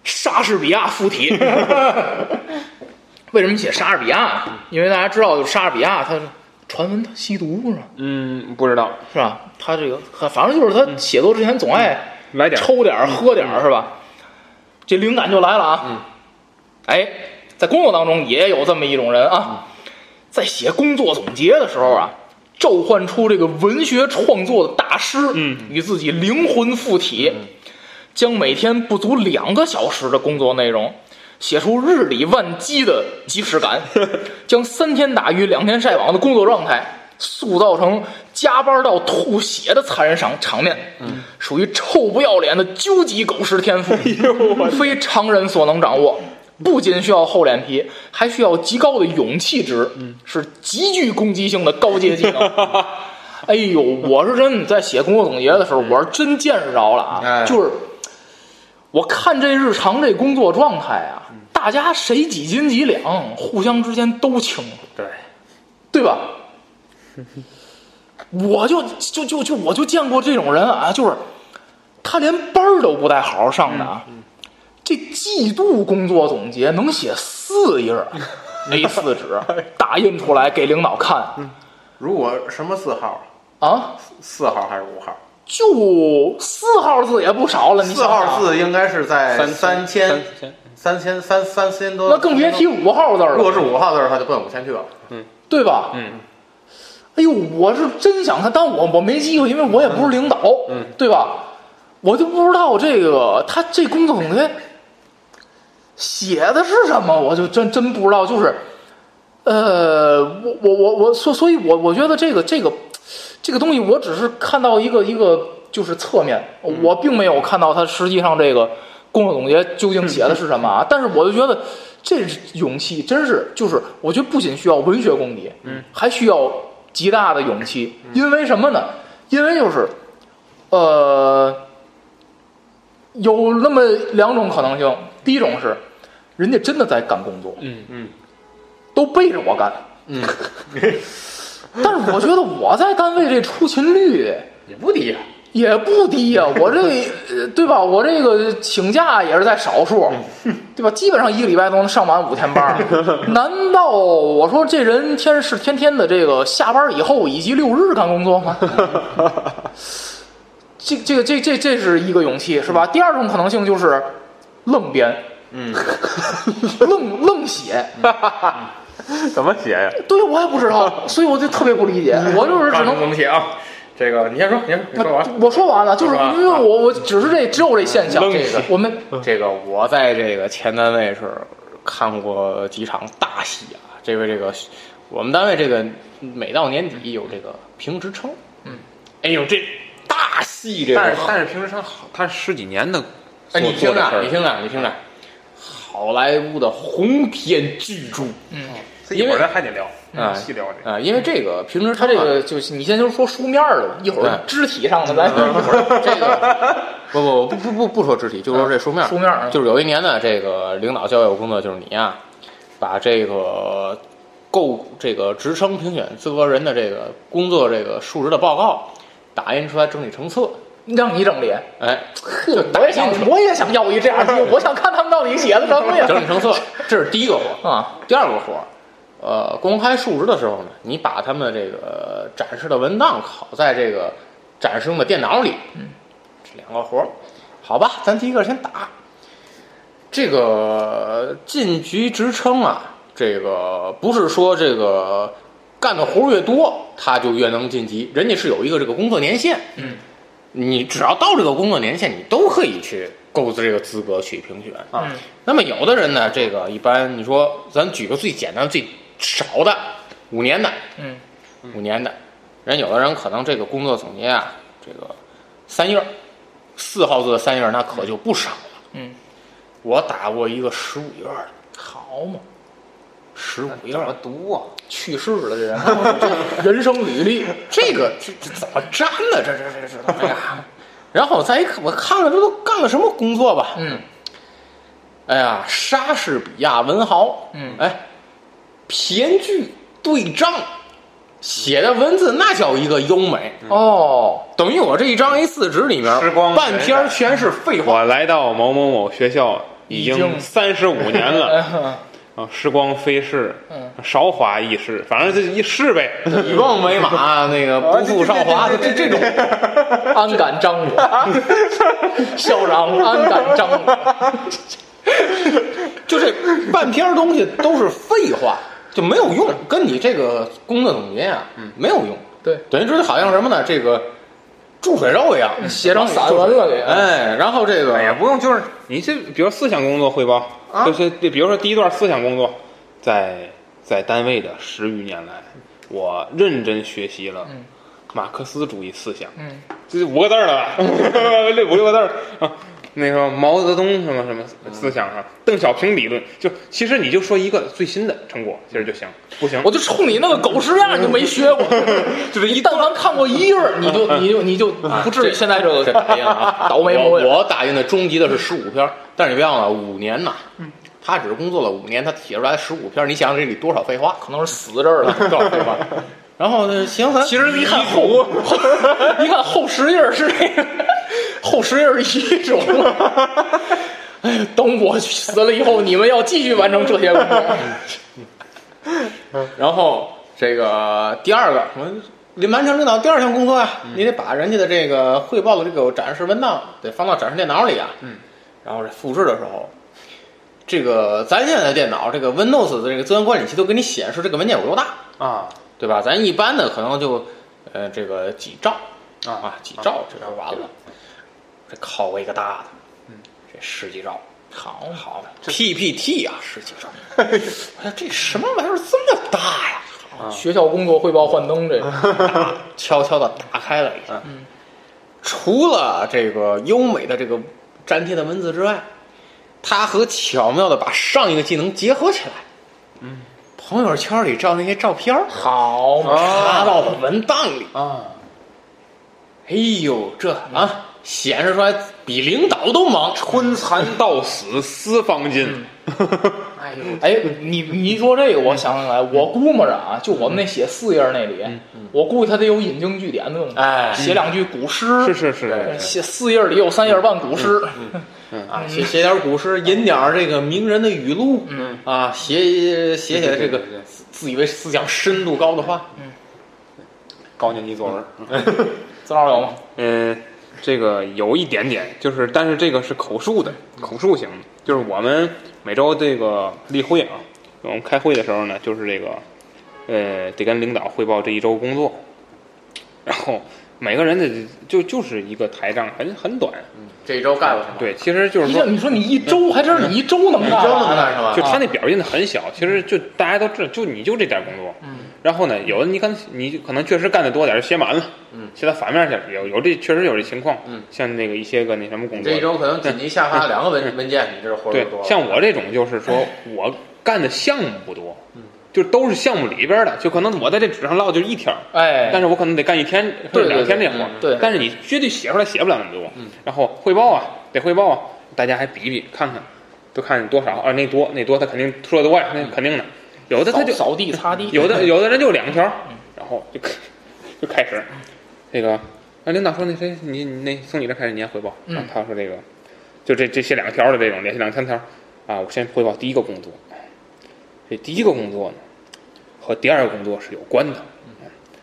Speaker 2: 莎士比亚附体，为什么写莎士比亚啊？因为大家知道，就是莎士比亚他传闻他吸毒是吧？
Speaker 3: 嗯，不知道，
Speaker 2: 是吧？他这个很，反正就是他写作之前总爱
Speaker 3: 来点儿嗯
Speaker 2: 抽点儿、喝点儿，是吧？这灵感就来了啊！哎，在工作当中也有这么一种人
Speaker 3: 嗯
Speaker 2: 啊，在写工作总结的时候啊，召唤出这个文学创作的大师，
Speaker 3: 嗯
Speaker 2: 与自己灵魂附体，将每天不足两个小时的工作内容。写出日理万机的即视感，将三天打鱼两天晒网的工作状态塑造成加班到吐血的残忍场场面，属于臭不要脸的究极狗食天赋，非常人所能掌握。不仅需要厚脸皮，还需要极高的勇气值，是极具攻击性的高阶技能。哎呦，我是真的在写工作总结的时候，我是真见识着了啊，
Speaker 7: 哎
Speaker 2: 就是我看这日常这工作状态啊，
Speaker 7: 嗯
Speaker 2: 大家谁几斤几两，互相之间都清楚，
Speaker 3: 对，
Speaker 2: 对
Speaker 7: [LAUGHS]
Speaker 2: 吧？我就就就就我就见过这种人啊，就是他连班儿都不带好好上的
Speaker 7: 嗯
Speaker 2: 啊。这季度工作总结能写四页
Speaker 7: [LAUGHS]
Speaker 2: A 四纸，打印出来给领导看
Speaker 7: 嗯如果什么四号，
Speaker 2: 啊，
Speaker 7: 四号还是五号？
Speaker 2: 就四号字也不少了，你
Speaker 7: 四
Speaker 2: 想啊想
Speaker 7: 号字应该是在
Speaker 3: 三
Speaker 7: 三
Speaker 3: 三
Speaker 7: 千
Speaker 3: 千
Speaker 7: 三千三三千多，
Speaker 2: 那更别提五号字了。
Speaker 7: 如果是五号字儿，他就奔五千去了。
Speaker 2: 对吧？嗯。哎呦，我是真想看，但我我没机会，因为我也不是领导，嗯，对吧？我就不知道这个他这工作总监写的是什么，我就真真不知道。就是，呃，我我我我，所所以我，我觉得这个这个这个东西，我只是看到一个一个就是侧面，我并没有看到他实际上这个工作总结究竟写的是什么啊。但是我就觉得这勇气真是，就是我觉得不仅需要文学功底，嗯，还需要极大的勇气，因为什么呢？因为就是，呃，有那么两种可能性，第一种是人家真的在干工作，
Speaker 3: 嗯嗯，
Speaker 2: 都背着我干，嗯， [LAUGHS] 但是我觉得我在单位这出勤率
Speaker 7: 也不低啊。
Speaker 2: 也不低呀、我这呃对吧？我这个请假也是在少数，对吧？基本上一个礼拜都能上满五天班儿。难道我说这人天是天天的这个下班以后以及六日干工作吗？这这个这这这是一个勇气是吧？第二种可能性就是愣编，嗯， [LAUGHS] 愣愣写，
Speaker 7: 怎么写呀？
Speaker 2: 对我也不知道，所以我就特别不理解，我就是只
Speaker 7: 告诉
Speaker 2: 能
Speaker 7: 你怎么写啊？这个你先说，你先说你说完。
Speaker 2: 我说完了，就是
Speaker 7: 说完
Speaker 2: 因
Speaker 7: 了
Speaker 2: 为我我只是这只有这现象，这个我们
Speaker 7: 这个我在这个前单位是看过几场大戏啊。这位这个我们单位这个每到年底有这个评职称，嗯，哎呦这大戏这
Speaker 3: 但
Speaker 7: 个
Speaker 3: 是，但是平时上好，他十几年的做，
Speaker 7: 哎你听
Speaker 3: 做的事
Speaker 7: 着，
Speaker 3: 儿
Speaker 7: 你听着，你听着，嗯好莱坞的鸿篇巨著
Speaker 3: 一会儿咱还得聊，嗯
Speaker 7: 啊
Speaker 3: 细聊这个。
Speaker 7: 啊，因为这个平时
Speaker 2: 他这个就是你先就说书面儿的，一会儿
Speaker 7: 对
Speaker 2: 肢体上的，咱一会儿
Speaker 7: 这个不不不不不不说肢体，就说这书面儿。嗯
Speaker 2: 书面儿啊
Speaker 7: 就是有一年呢，这个领导交给我工作，就是你啊，把这个购这个职称评选资格人的这个工作这个述职的报告打印出来，整理成册。
Speaker 2: 让你整理。 [LAUGHS]
Speaker 7: 哎，
Speaker 2: 呵我也想，我也想要一这样的， [LAUGHS] 我想看他们到底写的什么 [LAUGHS] 呀？
Speaker 7: 整理成册，这是第一个活儿。
Speaker 2: 啊，
Speaker 7: 第二个活儿，呃，公开述职的时候呢，你把他们这个展示的文档拷在这个展示用的电脑里。嗯，这两个活儿，好吧，咱第一个先打。这个进局职称啊，这个不是说这个干的活儿越多，他就越能晋级，人家是有一个这个工作年限。嗯，你只要到这个工作年限，你都可以去购置这个资格去评选啊。那么有的人呢，这个一般你说，咱举个最简单、最少的五年的，
Speaker 2: 嗯，
Speaker 7: 五年的，人有的人可能这个工作总结啊，这个三页儿四号字的三页儿那可就不少了。
Speaker 2: 嗯，
Speaker 7: 我打过一个十五页儿的，
Speaker 2: 好嘛，
Speaker 7: 十五页儿的
Speaker 5: 毒啊！
Speaker 2: 去世了这人，人生履历， [LAUGHS]
Speaker 7: 这个这这怎么粘呢？这这这这，哎呀！然后我再一看，我看看这都干了什么工作吧？
Speaker 2: 嗯，
Speaker 7: 哎呀，莎士比亚文豪，
Speaker 2: 嗯
Speaker 7: 哎，骈句对仗，写的文字那叫一个优美。
Speaker 2: 哦，
Speaker 7: 等于我这一张 A 4纸里面，
Speaker 3: 时光
Speaker 7: 半篇儿全是废话。
Speaker 3: 我来到某某某学校已
Speaker 2: 已经
Speaker 3: 经三十五年了
Speaker 7: [LAUGHS] 嗯
Speaker 3: 啊，时光飞逝，韶华易逝，反正就一逝呗。
Speaker 7: 以梦
Speaker 3: [LAUGHS]
Speaker 7: 为马，那个不负韶华，这这种
Speaker 2: 安敢张 [LAUGHS] 我，校长安敢张我，
Speaker 7: 就这半篇东西都是废话，就没有用，跟你这个工作总结啊，
Speaker 3: 嗯
Speaker 7: 没有用。
Speaker 2: 对，
Speaker 7: 等于说就好像什么呢？这个注水肉一样，
Speaker 2: 写成散文了给。
Speaker 7: 哎，然后这个
Speaker 3: 也嗯不用，就是你这，比如思想工作汇报，就是比如说第一段思想工作，在在单位的十余年来，我认真学习了马克思主义思想，
Speaker 2: 嗯，
Speaker 3: 这五个字儿了吧， [LAUGHS] 六五六个字儿啊。那个毛泽东什么什么思想啊，邓小平理论，就其实你就说一个最新的成果，其实就行，不行
Speaker 2: 我就冲你那个狗屎样儿，你就没学 [LAUGHS] 过，就是一但凡看过一页儿，你就你就你就不至于现嗯啊在这 [LAUGHS] 个
Speaker 7: 这打印 [LAUGHS] 啊，
Speaker 2: 倒霉
Speaker 7: 我
Speaker 2: 模样。
Speaker 7: 我打印的终极的是十五篇，但是你别忘了五年呐，他只是工作了五年，他写出来十五篇，你想想这里多少废话？
Speaker 2: 可能是死这儿 [LAUGHS] 了。
Speaker 7: 多少废话？然后呢？行，咱
Speaker 2: 其实一看后，后 [LAUGHS] 一看后十页儿是这个，后十页儿是一种。 [LAUGHS] 哎呀，等我死了以后，你们要继续完成这些工作。 [LAUGHS]
Speaker 7: 然后这个第二个，我们领完成领导第二项工作呀、啊
Speaker 2: 嗯
Speaker 7: 你得把人家的这个汇报的这个展示文档得放到展示电脑里啊。嗯。然后这复制的时候，这个咱现在的电脑这个 Windows 的这个资源管理器都给你显示这个文件有多大，
Speaker 3: 啊，
Speaker 7: 对吧？咱一般的可能就呃这个几兆
Speaker 3: 啊
Speaker 7: 几兆，这就完了。这考过一个大的，嗯，这十几兆。好好，PPT 啊，十几兆，我说这什么玩意儿这么大呀？
Speaker 2: 学校工作汇报幻灯这个，
Speaker 7: 悄悄的打开了一下。除了这个优美的这个粘贴的文字之外，他和巧妙的把上一个技能结合起来。嗯，朋友圈里照那些照片儿
Speaker 2: 好嘛，
Speaker 7: 插到的文档里哦啊。哎呦，这啊，显示出来比领导都忙。
Speaker 3: 春蚕到死丝方尽，
Speaker 2: 哎哎，你你说这个，我想起来，我估摸着啊，就我们那写四页那里，我估计他得有引经据典的东西，
Speaker 7: 哎
Speaker 2: 写两句古诗，
Speaker 3: 嗯是是是嗯
Speaker 2: 哎，写四页里有三页半古诗，
Speaker 7: 啊，写写点古诗，引点儿这个名人的语录，
Speaker 2: 嗯，
Speaker 7: 啊，写写写这个自自以为思想深度高的话，
Speaker 3: [LAUGHS] 高年级作文。
Speaker 2: 资料有吗？
Speaker 3: 嗯，这个有一点点，就是但是这个是口述的，口述型的，就是我们每周这个例会啊，我们开会的时候呢，就是这个，呃，得跟领导汇报这一周工作，然后每个人的就就是一个台账，很很短，
Speaker 7: 这一周干了什么？
Speaker 3: 对，其实就是
Speaker 2: 你
Speaker 3: 说
Speaker 2: 这。你说你一周，还真是你一周能干
Speaker 7: 一
Speaker 2: 完
Speaker 7: 周能干什么
Speaker 3: 就他那表现的很小，其实就大家都知道，就你就这点工作。嗯。然后呢，有的你看你可能确实干的多点儿，写满了。嗯。写到反面去了，有有这确实有这情况。
Speaker 7: 嗯。
Speaker 3: 像那个一些个那什么工
Speaker 7: 你
Speaker 3: 作
Speaker 7: 这一，周可能紧急下发两个文文件，你这活儿
Speaker 3: 对
Speaker 7: 就多，了。
Speaker 3: 像我这种就是说我干的项目不多，
Speaker 7: 嗯
Speaker 3: 就都是项目里边的，就可能我在这纸上落就一条，
Speaker 2: 哎，
Speaker 3: 但是我可能得干一天或者
Speaker 2: 对对
Speaker 3: 两天这活
Speaker 7: 对
Speaker 3: 儿
Speaker 7: 嗯，
Speaker 2: 对嗯
Speaker 3: 但是你绝对写出来写不了那么多，然后汇报啊，得汇报啊，大家还比比看看，都看多少啊，那多那多，他肯定说的多呀，那肯定的，有的他就
Speaker 2: 扫扫地擦地， [LAUGHS]
Speaker 3: 有的有的人就两条，然后就就开始这个，那领导说那谁你你那从你这开始你先汇报，
Speaker 2: 嗯
Speaker 3: 然后他说这个就这这写两条的这种连续两三条啊，我先汇报第一个工作，这第一个工作呢和第二个工作是有关的，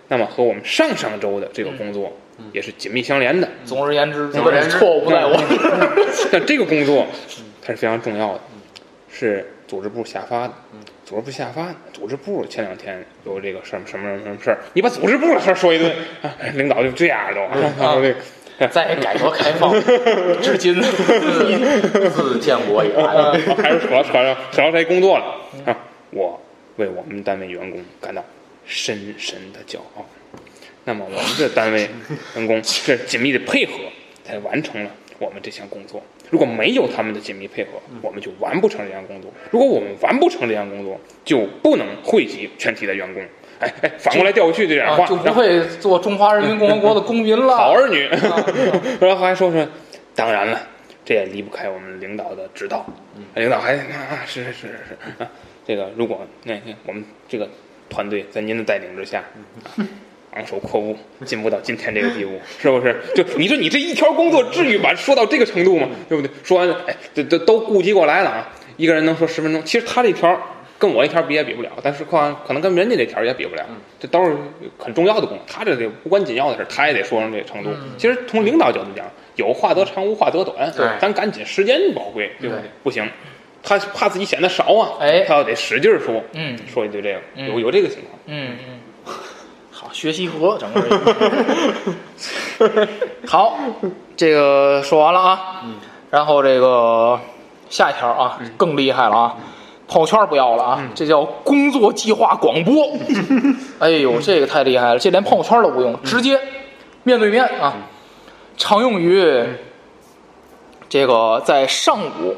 Speaker 3: 那么和我们上上周的这个工作也是紧密相连的，
Speaker 2: 总而言之，
Speaker 3: 总而言之
Speaker 2: 错误在我。
Speaker 3: [LAUGHS] 但这个工作它是非常重要的，是组织部下发的。
Speaker 2: 嗯
Speaker 3: 组织部下发，组织部前两天有这个什么什么什么什么事儿，你把组织部的事儿说一顿，啊领导就这样都。
Speaker 2: 嗯
Speaker 3: [LAUGHS] 啊他说这个
Speaker 2: 在改革开
Speaker 7: [LAUGHS]
Speaker 2: 放至今，
Speaker 3: 嗯
Speaker 2: [LAUGHS]
Speaker 7: 自建国以来，
Speaker 3: 还是扯到扯到扯到谁工作了啊！我为我们单位员工感到深深的骄傲。那么我们这单位员工是紧密的配合，才完成了我们这项工作。如果没有他们的紧密配合，我们就完不成这项工作。如果我们完不成这项工作，就不能汇集全体的员工。哎哎，反过来调过去这点
Speaker 2: 啊
Speaker 3: 话，
Speaker 2: 就不
Speaker 3: 然后
Speaker 2: 会做中华人民共和国的公民了。
Speaker 3: 好儿女。 [LAUGHS] 然后还说说，当然了，这也离不开我们领导的指导。领导还啊，是是是是是啊，这个如果那、那我们这个团队在您的带领之下。啊昂首阔步，进步到今天这个地步，是不是？就你说你这一条工作，至于把它说到这个程度吗？对不对？说完了，哎，这都都顾及过来了啊！一个人能说十分钟，其实他这条跟我一条比也比不了，但是可可能跟人家这条也比不
Speaker 2: 嗯
Speaker 3: 了，这都是很重要的工作。他这得无关紧要的事，他也得说成这个程度。
Speaker 2: 嗯
Speaker 3: 其实从领导角度讲，有话则长，无话则短，
Speaker 7: 对
Speaker 3: 咱赶紧，时间宝贵，对不对？不行，他怕自己显得少啊，
Speaker 2: 哎
Speaker 3: 他要得使劲儿说，
Speaker 2: 嗯
Speaker 3: 说一堆这个，
Speaker 2: 嗯
Speaker 3: 有有这个情况。
Speaker 2: 嗯嗯，好，学习和整个人。好，这个说完了啊，然后这个下一条啊，更厉害了啊。朋友圈不要了啊，这叫工作计划广播。哎呦，这个太厉害了，这连朋友圈都不用，直接面对面啊。常用于这个在上午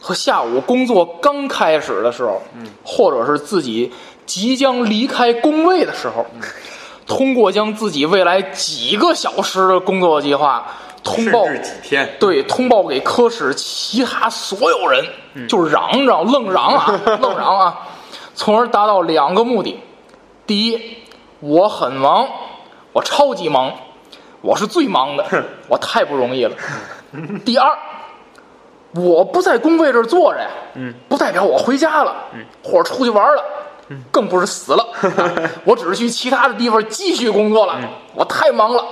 Speaker 2: 和下午工作刚开始的时候，
Speaker 7: 嗯
Speaker 2: 或者是自己即将离开工位的时候，
Speaker 7: 嗯
Speaker 2: 通过将自己未来几个小时的工作计划通报
Speaker 7: 甚至几天，
Speaker 2: 对，通报给科室其他所有人，
Speaker 7: 嗯
Speaker 2: 就是嚷嚷，愣嚷
Speaker 7: [LAUGHS]
Speaker 2: 啊，愣嚷啊，从而达到两个目的：第一，我很忙，我超级忙，我是最忙的，我太不容易了；第二，我不在工位这儿坐着呀，不代表我回家了，或者出去玩了。更不是死了，我只是去其他的地方继续工作了。我太忙了，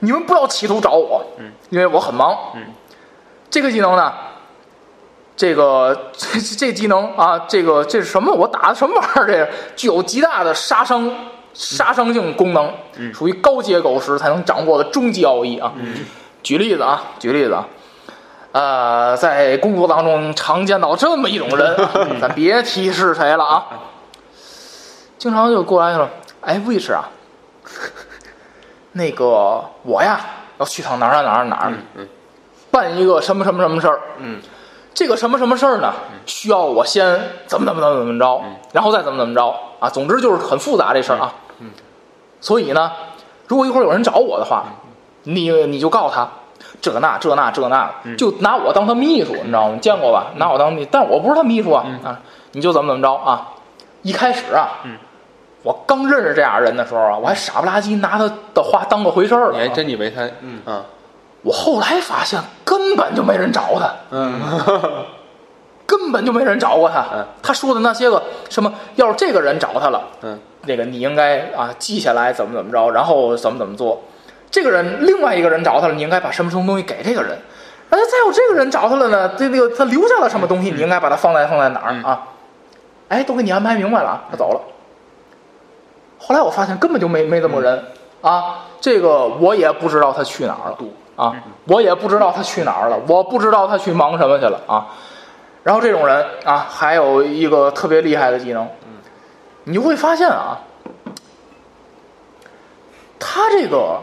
Speaker 2: 你们不要企图找我，因为我很忙。这个技能呢，这个 [LAUGHS] 这这技能啊，这个这是什么？我打的什么玩意儿？这个具有极大的杀伤杀伤性功能，属于高阶狗时才能掌握的终极奥义啊。举例子啊，举例子啊。呃，在工作当中常见到这么一种人啊，咱别提是谁了啊， [LAUGHS] 经常就过来了，哎，which 啊，那个我呀要去趟哪儿哪儿哪儿哪儿，办一个什么什么什么事儿，嗯，这个什么什么事儿呢，需要我先怎么怎么怎么怎么着，
Speaker 7: 嗯
Speaker 2: 然后再怎么怎么着啊，总之就是很复杂这事儿啊，
Speaker 7: 嗯嗯
Speaker 2: 嗯，所以呢，如果一会儿有人找我的话，你你就告诉他，这那这那这那，就拿我当他秘书，你知道吗？你见过
Speaker 7: 嗯
Speaker 2: 吧？拿我当秘，但我不是他秘书啊啊！你就怎么怎么着啊？一开始啊，
Speaker 7: 嗯
Speaker 2: 我刚认识这样人的时候啊，我还傻不拉几拿他的话当个回事儿
Speaker 7: 你
Speaker 2: 呢
Speaker 7: 还
Speaker 2: 啊。
Speaker 7: 真以为他，嗯啊，
Speaker 2: 我后来发现根本就没人找他，嗯， [LAUGHS] 根本就没人找过他。
Speaker 7: 嗯
Speaker 2: 他说的那些个什么，要是这个人找他了，
Speaker 7: 嗯，
Speaker 2: 那个你应该啊记下来怎么怎么着，然后怎么怎么做。这个人另外一个人找他了，你应该把什么什么东西给这个人。哎，再有这个人找他了呢，这那个他留下了什么
Speaker 7: 嗯
Speaker 2: 东西，你应该把它放在放在哪儿啊？哎，都给你安排明白了啊，他走了。后来我发现根本就没没这么个人啊，这个我也不知道他去哪儿了啊，我也不知道他去哪儿了，我不知道他去忙什么去了啊。然后这种人啊，还有一个特别厉害的技能，你就会发现啊，他这个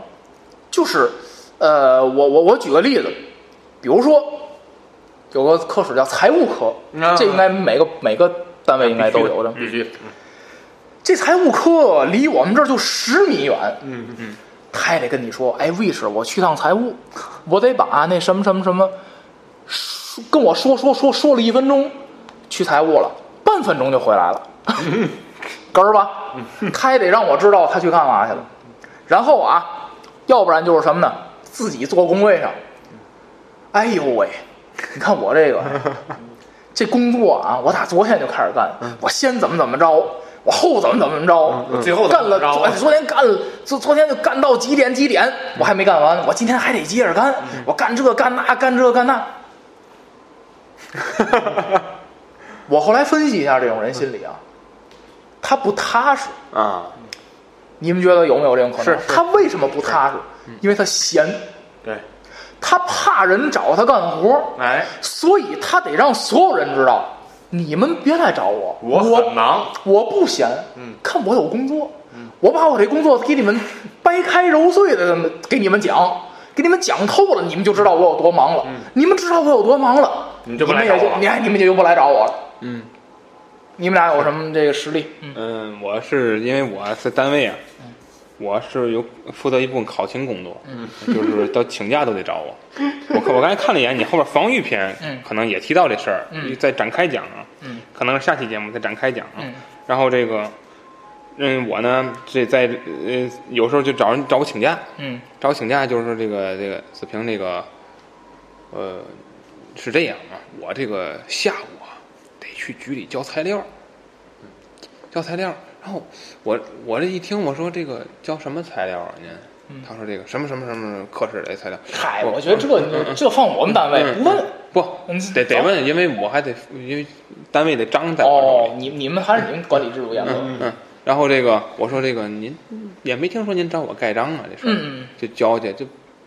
Speaker 2: 就是呃，我我我举个例子，比如说有个科室叫财务科，这应该每个每个单位应该都有的，
Speaker 7: 必须
Speaker 2: 这财务科离我们这儿就十米远。嗯嗯，他也得跟你说，哎，卫士，我去趟财务，我得把那什么什么什么，说跟我说说说说了一分钟，去财务了，半分钟就回 [LAUGHS] 来了，哏儿吧？他也得让我知道他去干嘛去了。然后啊，要不然就是什么呢？自己坐工位上，哎呦喂，你看我 [LAUGHS] 这个。这工作啊，我打昨天就开始干，我先怎么怎么着，我后怎么怎么着，嗯啊嗯最后干了，昨昨天干了，昨昨天就干到几点几点，我还没干完，我今天还得接着干，我干这干那干这干 [LAUGHS] 那。我后来分析一下这种人心理啊，他不踏实，
Speaker 7: 啊，
Speaker 2: 你们觉得有没有这种可能？
Speaker 7: 是是嗯
Speaker 2: 他为什么不踏实？因为他闲，
Speaker 7: 对，
Speaker 2: 他怕人找他干活儿，
Speaker 7: 哎，
Speaker 2: 所以他得让所有人知道，你们别来找我，
Speaker 7: 我很忙，
Speaker 2: 我不闲，嗯，看我有工作，
Speaker 7: 嗯
Speaker 2: 我把我这工作给你们掰开揉碎的给你们讲，给你们讲透了，你们就知道我有多忙了，你们知道我有多忙了，
Speaker 7: 嗯你
Speaker 2: 你
Speaker 7: 就不来
Speaker 2: 们
Speaker 7: 找
Speaker 2: 也
Speaker 7: 我
Speaker 2: 就
Speaker 7: 了
Speaker 2: 你看你们就不来找我了，嗯，你们俩有什么这个实力？嗯，
Speaker 3: 嗯，我是因为我在单位啊，我是有负责一部分考勤工作，就是到请假都得找我。我看我刚才看了一眼你后边防御篇，可能也提到这事儿，再展开讲啊，可能是下期节目再展开讲啊。然后这个，嗯，我呢这在呃有时候就找人找我请假，
Speaker 2: 嗯，
Speaker 3: 找我请假就是这个这个子平这个，呃，是这样啊，我这个下午啊得去局里交材料儿。交材料儿。然后我我这一听，我说这个交什么材料啊？您？
Speaker 2: 嗯
Speaker 3: 他说这个什么什么什么科室的材料。嗯
Speaker 2: 嗨，我觉得
Speaker 7: 嗯
Speaker 2: 这这放我们单位不哎问。
Speaker 3: 不
Speaker 2: 嗯
Speaker 3: 得得
Speaker 2: 走
Speaker 3: 问，因为我还得因为单位得章在我手
Speaker 2: 哦
Speaker 3: 里。，
Speaker 2: 你你们还是你们管理制度严格。
Speaker 3: 嗯，然后这个我说这个您也没听说您找我盖章啊，这事儿、
Speaker 2: 嗯嗯嗯
Speaker 3: 就交去，就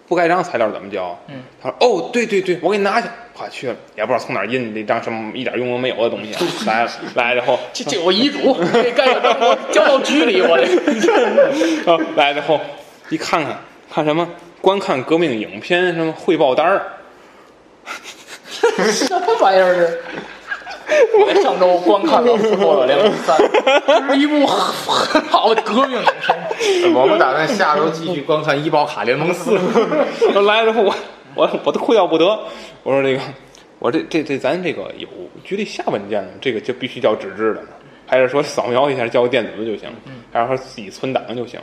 Speaker 3: 不盖章材料怎么交？
Speaker 2: 嗯，
Speaker 3: 他说哦，对对对，我给你拿去，啪去了，也不知道从哪儿印的一张什么一点用都没有的东西啊
Speaker 2: [LAUGHS]
Speaker 3: 来了来了以后， [LAUGHS]
Speaker 2: 这这我遗嘱，这该我交到局里，我这。
Speaker 3: 啊，来了后一看看看什么，观看革命影片什么汇报单儿，
Speaker 2: 什么玩意儿这？我上周观看了《复仇者联盟三》，这是一部很好的革命影片。
Speaker 7: [LAUGHS] 我们打算下周继续观看《医保卡联盟四》 [LAUGHS]
Speaker 3: 来了后 [LAUGHS] 我我我都哭笑不得，我说这个我这这这咱这个有局里下文件吗？这个就必须叫纸质的吗？还是说扫描一下交电子的就行？还是说自己存档就行？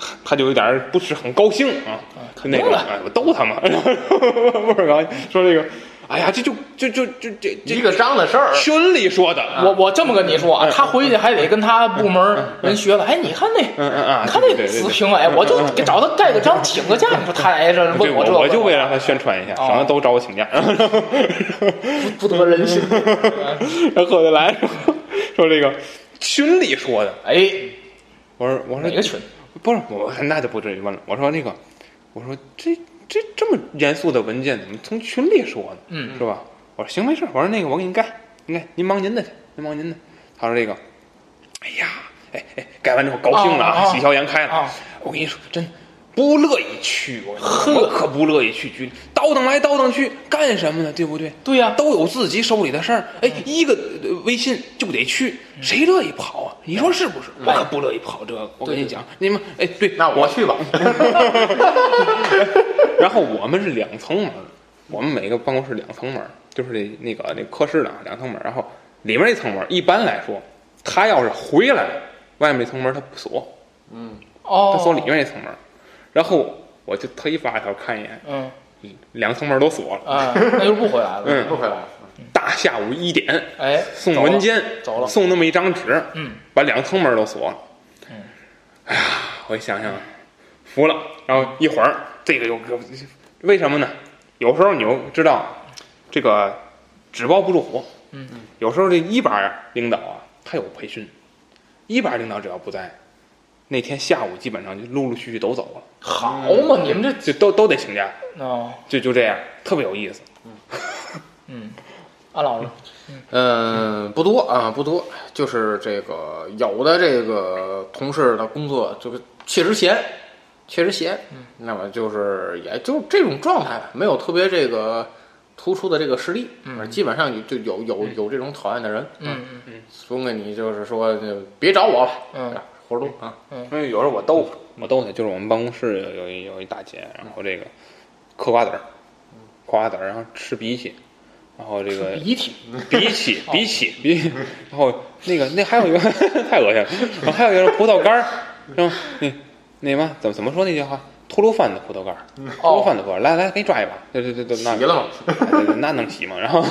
Speaker 3: 他他就有点儿不是很高兴啊，就那
Speaker 2: 肯定
Speaker 3: 个
Speaker 2: 的
Speaker 3: 哎，我逗他嘛，不是高兴，说这个，哎呀，这就就就就这
Speaker 7: 一
Speaker 3: 这
Speaker 7: 个章的事儿，
Speaker 3: 群里说的，
Speaker 2: [LAUGHS] 我我这么跟你说
Speaker 3: 嗯
Speaker 2: 啊，他回去还得跟他部门人学了。哎，你看那，
Speaker 3: 嗯嗯嗯
Speaker 2: 你看
Speaker 3: 对
Speaker 2: 那
Speaker 3: 对对
Speaker 2: 子平，哎，我就给找他盖个章，请个假。你说他来这
Speaker 3: 对
Speaker 2: 问
Speaker 3: 我
Speaker 2: 这，
Speaker 3: 我就为
Speaker 2: 问
Speaker 3: 了让他宣传一下，
Speaker 2: 哦
Speaker 3: 省得都找我请假。 [LAUGHS]
Speaker 2: 我不得人心。
Speaker 3: 嗯然后就来说说这个群里说的，
Speaker 2: 哎，
Speaker 3: 我说我说
Speaker 2: 哪个群？
Speaker 3: 不是我那就不至于问了。我说那个，我说这这这么严肃的文件怎么从群里说呢？
Speaker 2: 嗯
Speaker 3: 是吧？我说行没事儿，我说那个我给您盖，您盖您忙您的去，您忙您的。他说这个，哎呀，哎哎，盖完之后高兴了
Speaker 2: 哦
Speaker 3: 啊，
Speaker 2: 哦
Speaker 3: 喜笑颜开了。
Speaker 2: 哦
Speaker 3: 我跟你说，真不乐意去，我我可不乐意去局里叨腾来叨腾去，干什么呢？对不对？
Speaker 2: 对呀嗯
Speaker 3: 都有自己手里的事儿。哎，一个呃微信就得去，谁乐意跑啊？你说是不是？
Speaker 2: 嗯
Speaker 3: 我可不乐意跑这个。我跟你讲，你们哎，对，
Speaker 7: 那我去吧。
Speaker 3: 然后我们是两层门儿，我们每个办公室两层门儿，就是这那个那科室两啊两层门儿。然后里面那层门儿一般来说，他要是回来，外面那层门儿他不锁，
Speaker 2: 哦，
Speaker 3: 他锁里面那层门儿。然后我就特意发条看一眼，
Speaker 2: 嗯
Speaker 3: 两层门儿都锁了。
Speaker 2: 啊，那就不回来了，
Speaker 3: 嗯
Speaker 7: [LAUGHS] 不回来了，
Speaker 3: 大下午一点，
Speaker 2: 哎，
Speaker 3: 送
Speaker 2: 走了
Speaker 3: 文件，
Speaker 2: 走了
Speaker 3: 送那么一张纸，
Speaker 2: 嗯，
Speaker 3: 把两层门都锁了。哎呀，我一想想，服了。然后一会儿这个又又为什么呢？有时候你又知道这个纸包不住火，
Speaker 2: 嗯，
Speaker 3: 有时候这一班领导啊，他有培训，一班领导只要不在，那天下午基本上就陆陆续续都走了，
Speaker 2: 好哦嘛，你们这
Speaker 3: 就都都得请假，
Speaker 2: 哦，
Speaker 3: 就就这样，特别有意思。
Speaker 2: 嗯，安老师，
Speaker 7: 嗯，不多啊，不多，就是这个有的这个同事的工作就是确实闲，确实闲，那么就是也就这种状态吧，没有特别这个突出的这个实力，
Speaker 2: 嗯
Speaker 7: 基本上你就有有有这种讨厌的人，
Speaker 2: 嗯
Speaker 7: 松给你就是说就别找我了，
Speaker 2: 嗯
Speaker 7: 啊，活儿多啊，
Speaker 3: 因为有时候我逗他，我逗他，就是我们办公室有有一有一大姐，然后这个嗑瓜子儿，嗑瓜子儿，然后吃鼻涕，然后这个
Speaker 2: 嗯，遗体，
Speaker 3: 鼻涕鼻涕鼻，然后那个那还有一个太恶心了，然后还有一个葡萄干儿，然后那那什么怎么怎么说那句话？秃噜饭的葡萄干儿，秃噜饭的葡萄干儿，来来，给你抓一把，对对对对，那
Speaker 7: 急 [LAUGHS] 了嘛，
Speaker 3: 对对那能洗吗？然后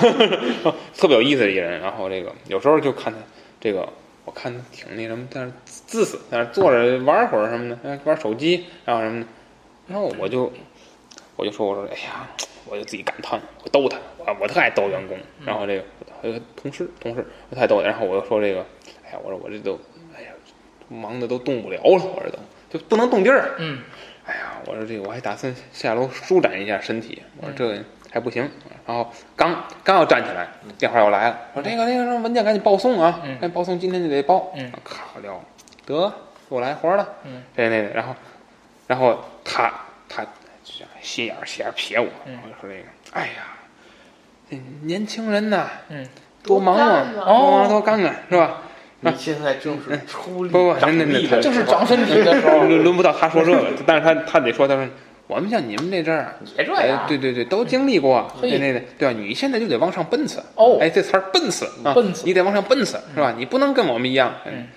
Speaker 3: 特别有意思的一人，然后这个有时候就看他这个，我看他挺那什么，在那儿自私，在那儿坐着玩会儿什么的，哎玩手机，然后什么的，然后我就我就说我说哎呀，我就自己感叹，我逗他，我我特爱逗员工，然后这个还有同事同事我特爱逗他，然后我就说这个，哎呀，我说我这都哎呀忙的都动不了了，我这都就不能动地儿，
Speaker 2: 嗯，
Speaker 3: 哎呀，我说这个我还打算下楼舒展一下身体，我说这还不行。然后刚刚要站起来，电话又来了，说这个那个什么文件赶紧报送啊，
Speaker 2: 嗯
Speaker 3: 赶紧报送，今天就得报。
Speaker 2: 嗯
Speaker 3: 靠掉，得又来活了。
Speaker 2: 嗯，
Speaker 3: 这那个，然后然后他他就斜眼斜眼瞥我，
Speaker 2: 嗯
Speaker 3: 我就说这个，哎呀，这年轻人呐，
Speaker 2: 嗯，
Speaker 3: 多忙啊，
Speaker 8: 多干啊
Speaker 3: 多忙多干干是吧？
Speaker 5: 你现在正是出
Speaker 2: [LAUGHS]
Speaker 5: 力
Speaker 3: 不不，那
Speaker 5: 长
Speaker 3: 那
Speaker 5: 力
Speaker 3: 那他
Speaker 5: 的
Speaker 2: 就是长身体
Speaker 5: [LAUGHS]
Speaker 2: 的时候，
Speaker 3: 轮轮不到他说这个， [LAUGHS] 但是他他得说，他说我们像你们这阵儿
Speaker 2: 别这
Speaker 3: 哎
Speaker 2: 样，，啊
Speaker 3: 对对对，都经历过，
Speaker 2: 嘿
Speaker 3: 对对对，对吧？你现在就得往上奔刺
Speaker 2: 嗯哦
Speaker 3: 哎，这词儿奔刺啊，
Speaker 2: 奔刺
Speaker 3: 你得往上奔刺是吧？你不能跟我们一样。
Speaker 2: 嗯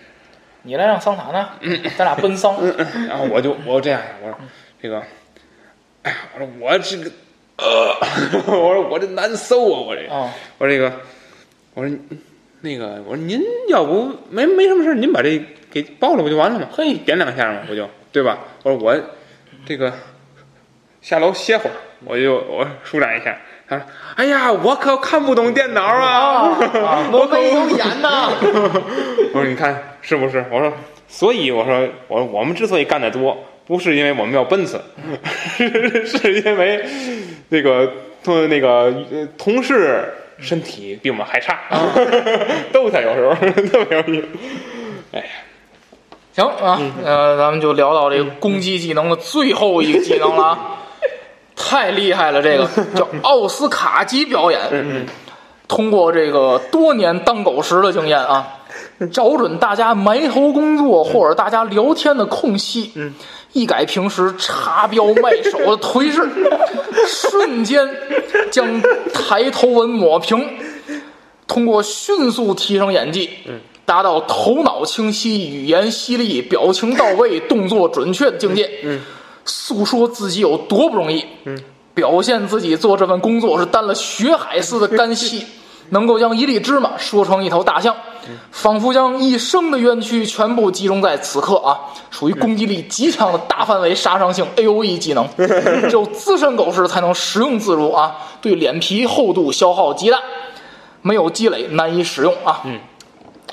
Speaker 2: 你来让桑塔纳，
Speaker 5: 嗯
Speaker 2: 咱俩奔桑，
Speaker 3: [LAUGHS] 然后我就我就这样，我
Speaker 2: 嗯
Speaker 3: 说这个，哎呀，我说我这个，呃， [LAUGHS] 我说我这难受啊，我这，
Speaker 2: 啊，
Speaker 3: 我说这个，我说那个，我说您要不没没什么事儿，您把这给报了不就完了吗？嘿，点两下嘛，我就对吧？我说我这个下楼歇会儿，我就我舒展一下。他说：“哎呀，我可看不懂电
Speaker 5: [LAUGHS]
Speaker 3: 脑啊！ [LAUGHS] 我可
Speaker 5: 没有眼呐，
Speaker 3: 我说你看是 [LAUGHS] 不是？我说，所以我说我说我们之所以干得多，不是因为我们要奔死， [LAUGHS] 是因为那个同那个呃同事身体比我们还差， [LAUGHS] 逗他有时候特别有意思。哎呀，
Speaker 2: 行啊，呃，咱们就聊到这个攻击技能的最后一个技能了 [LAUGHS] 啊，太厉害了，这 [LAUGHS] 个叫奥斯卡级表演。嗯，通过这个多年当狗食的经验 [LAUGHS] 啊，找准大家埋头工作或者大家聊天的空隙，嗯，一改平时插标卖首的颓 [LAUGHS] 势，瞬间将抬头纹抹平。通过迅速提升演技，嗯，达到头脑清晰、语言犀利、表情到位、动作准确的境界，嗯，诉说自己有多不容易，嗯，表现自己做这份工作是担了血海似的干 [LAUGHS] 系，能够将一粒芝麻说成一头大象，仿佛将一生的冤屈全部集中在此刻啊，属于攻击力极强的大范围杀伤性 A O E [LAUGHS] 技能，只有资深狗士才能使用自如啊，对脸皮厚度消耗极大。没有积累，难以使用啊。嗯，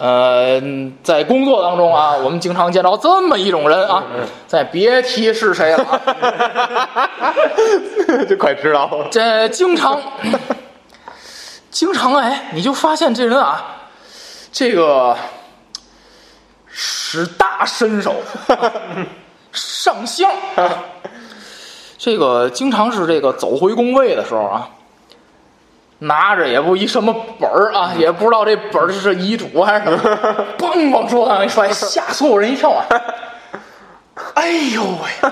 Speaker 2: 呃，在工作当中啊，我们经常见到这么一种人啊，再别提是谁了啊，
Speaker 7: [LAUGHS] 就快知道了。
Speaker 2: 这经常，经常哎，你就发现这人啊，这个使大身手，上香。这个经常是这个走回工位的时候啊，拿着也不一什么本儿啊，也不知道这本儿是遗嘱还是什么，梆梆桌子上一摔，哎吓所有人一跳啊！哎呦喂，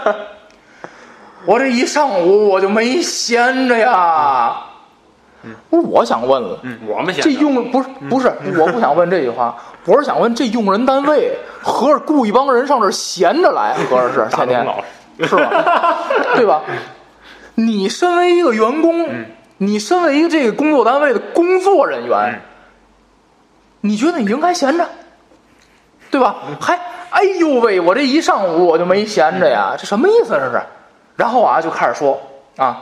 Speaker 2: 我这一上午我就没闲着呀。嗯我想问了，
Speaker 7: 我们先
Speaker 2: 这用不是不是，我不想问这句 [LAUGHS] 话，我是想问这用人单位合着雇一帮人上这儿闲着来，合着是天天
Speaker 7: 老师
Speaker 2: 是吧？ [LAUGHS] 对吧？你身为一个员工，你身为一个这个工作单位的工作人员，你觉得你应该闲着，对吧？还哎呦喂，我这一上午我就没闲着呀，这什么意思这是？然后啊，就开始说啊，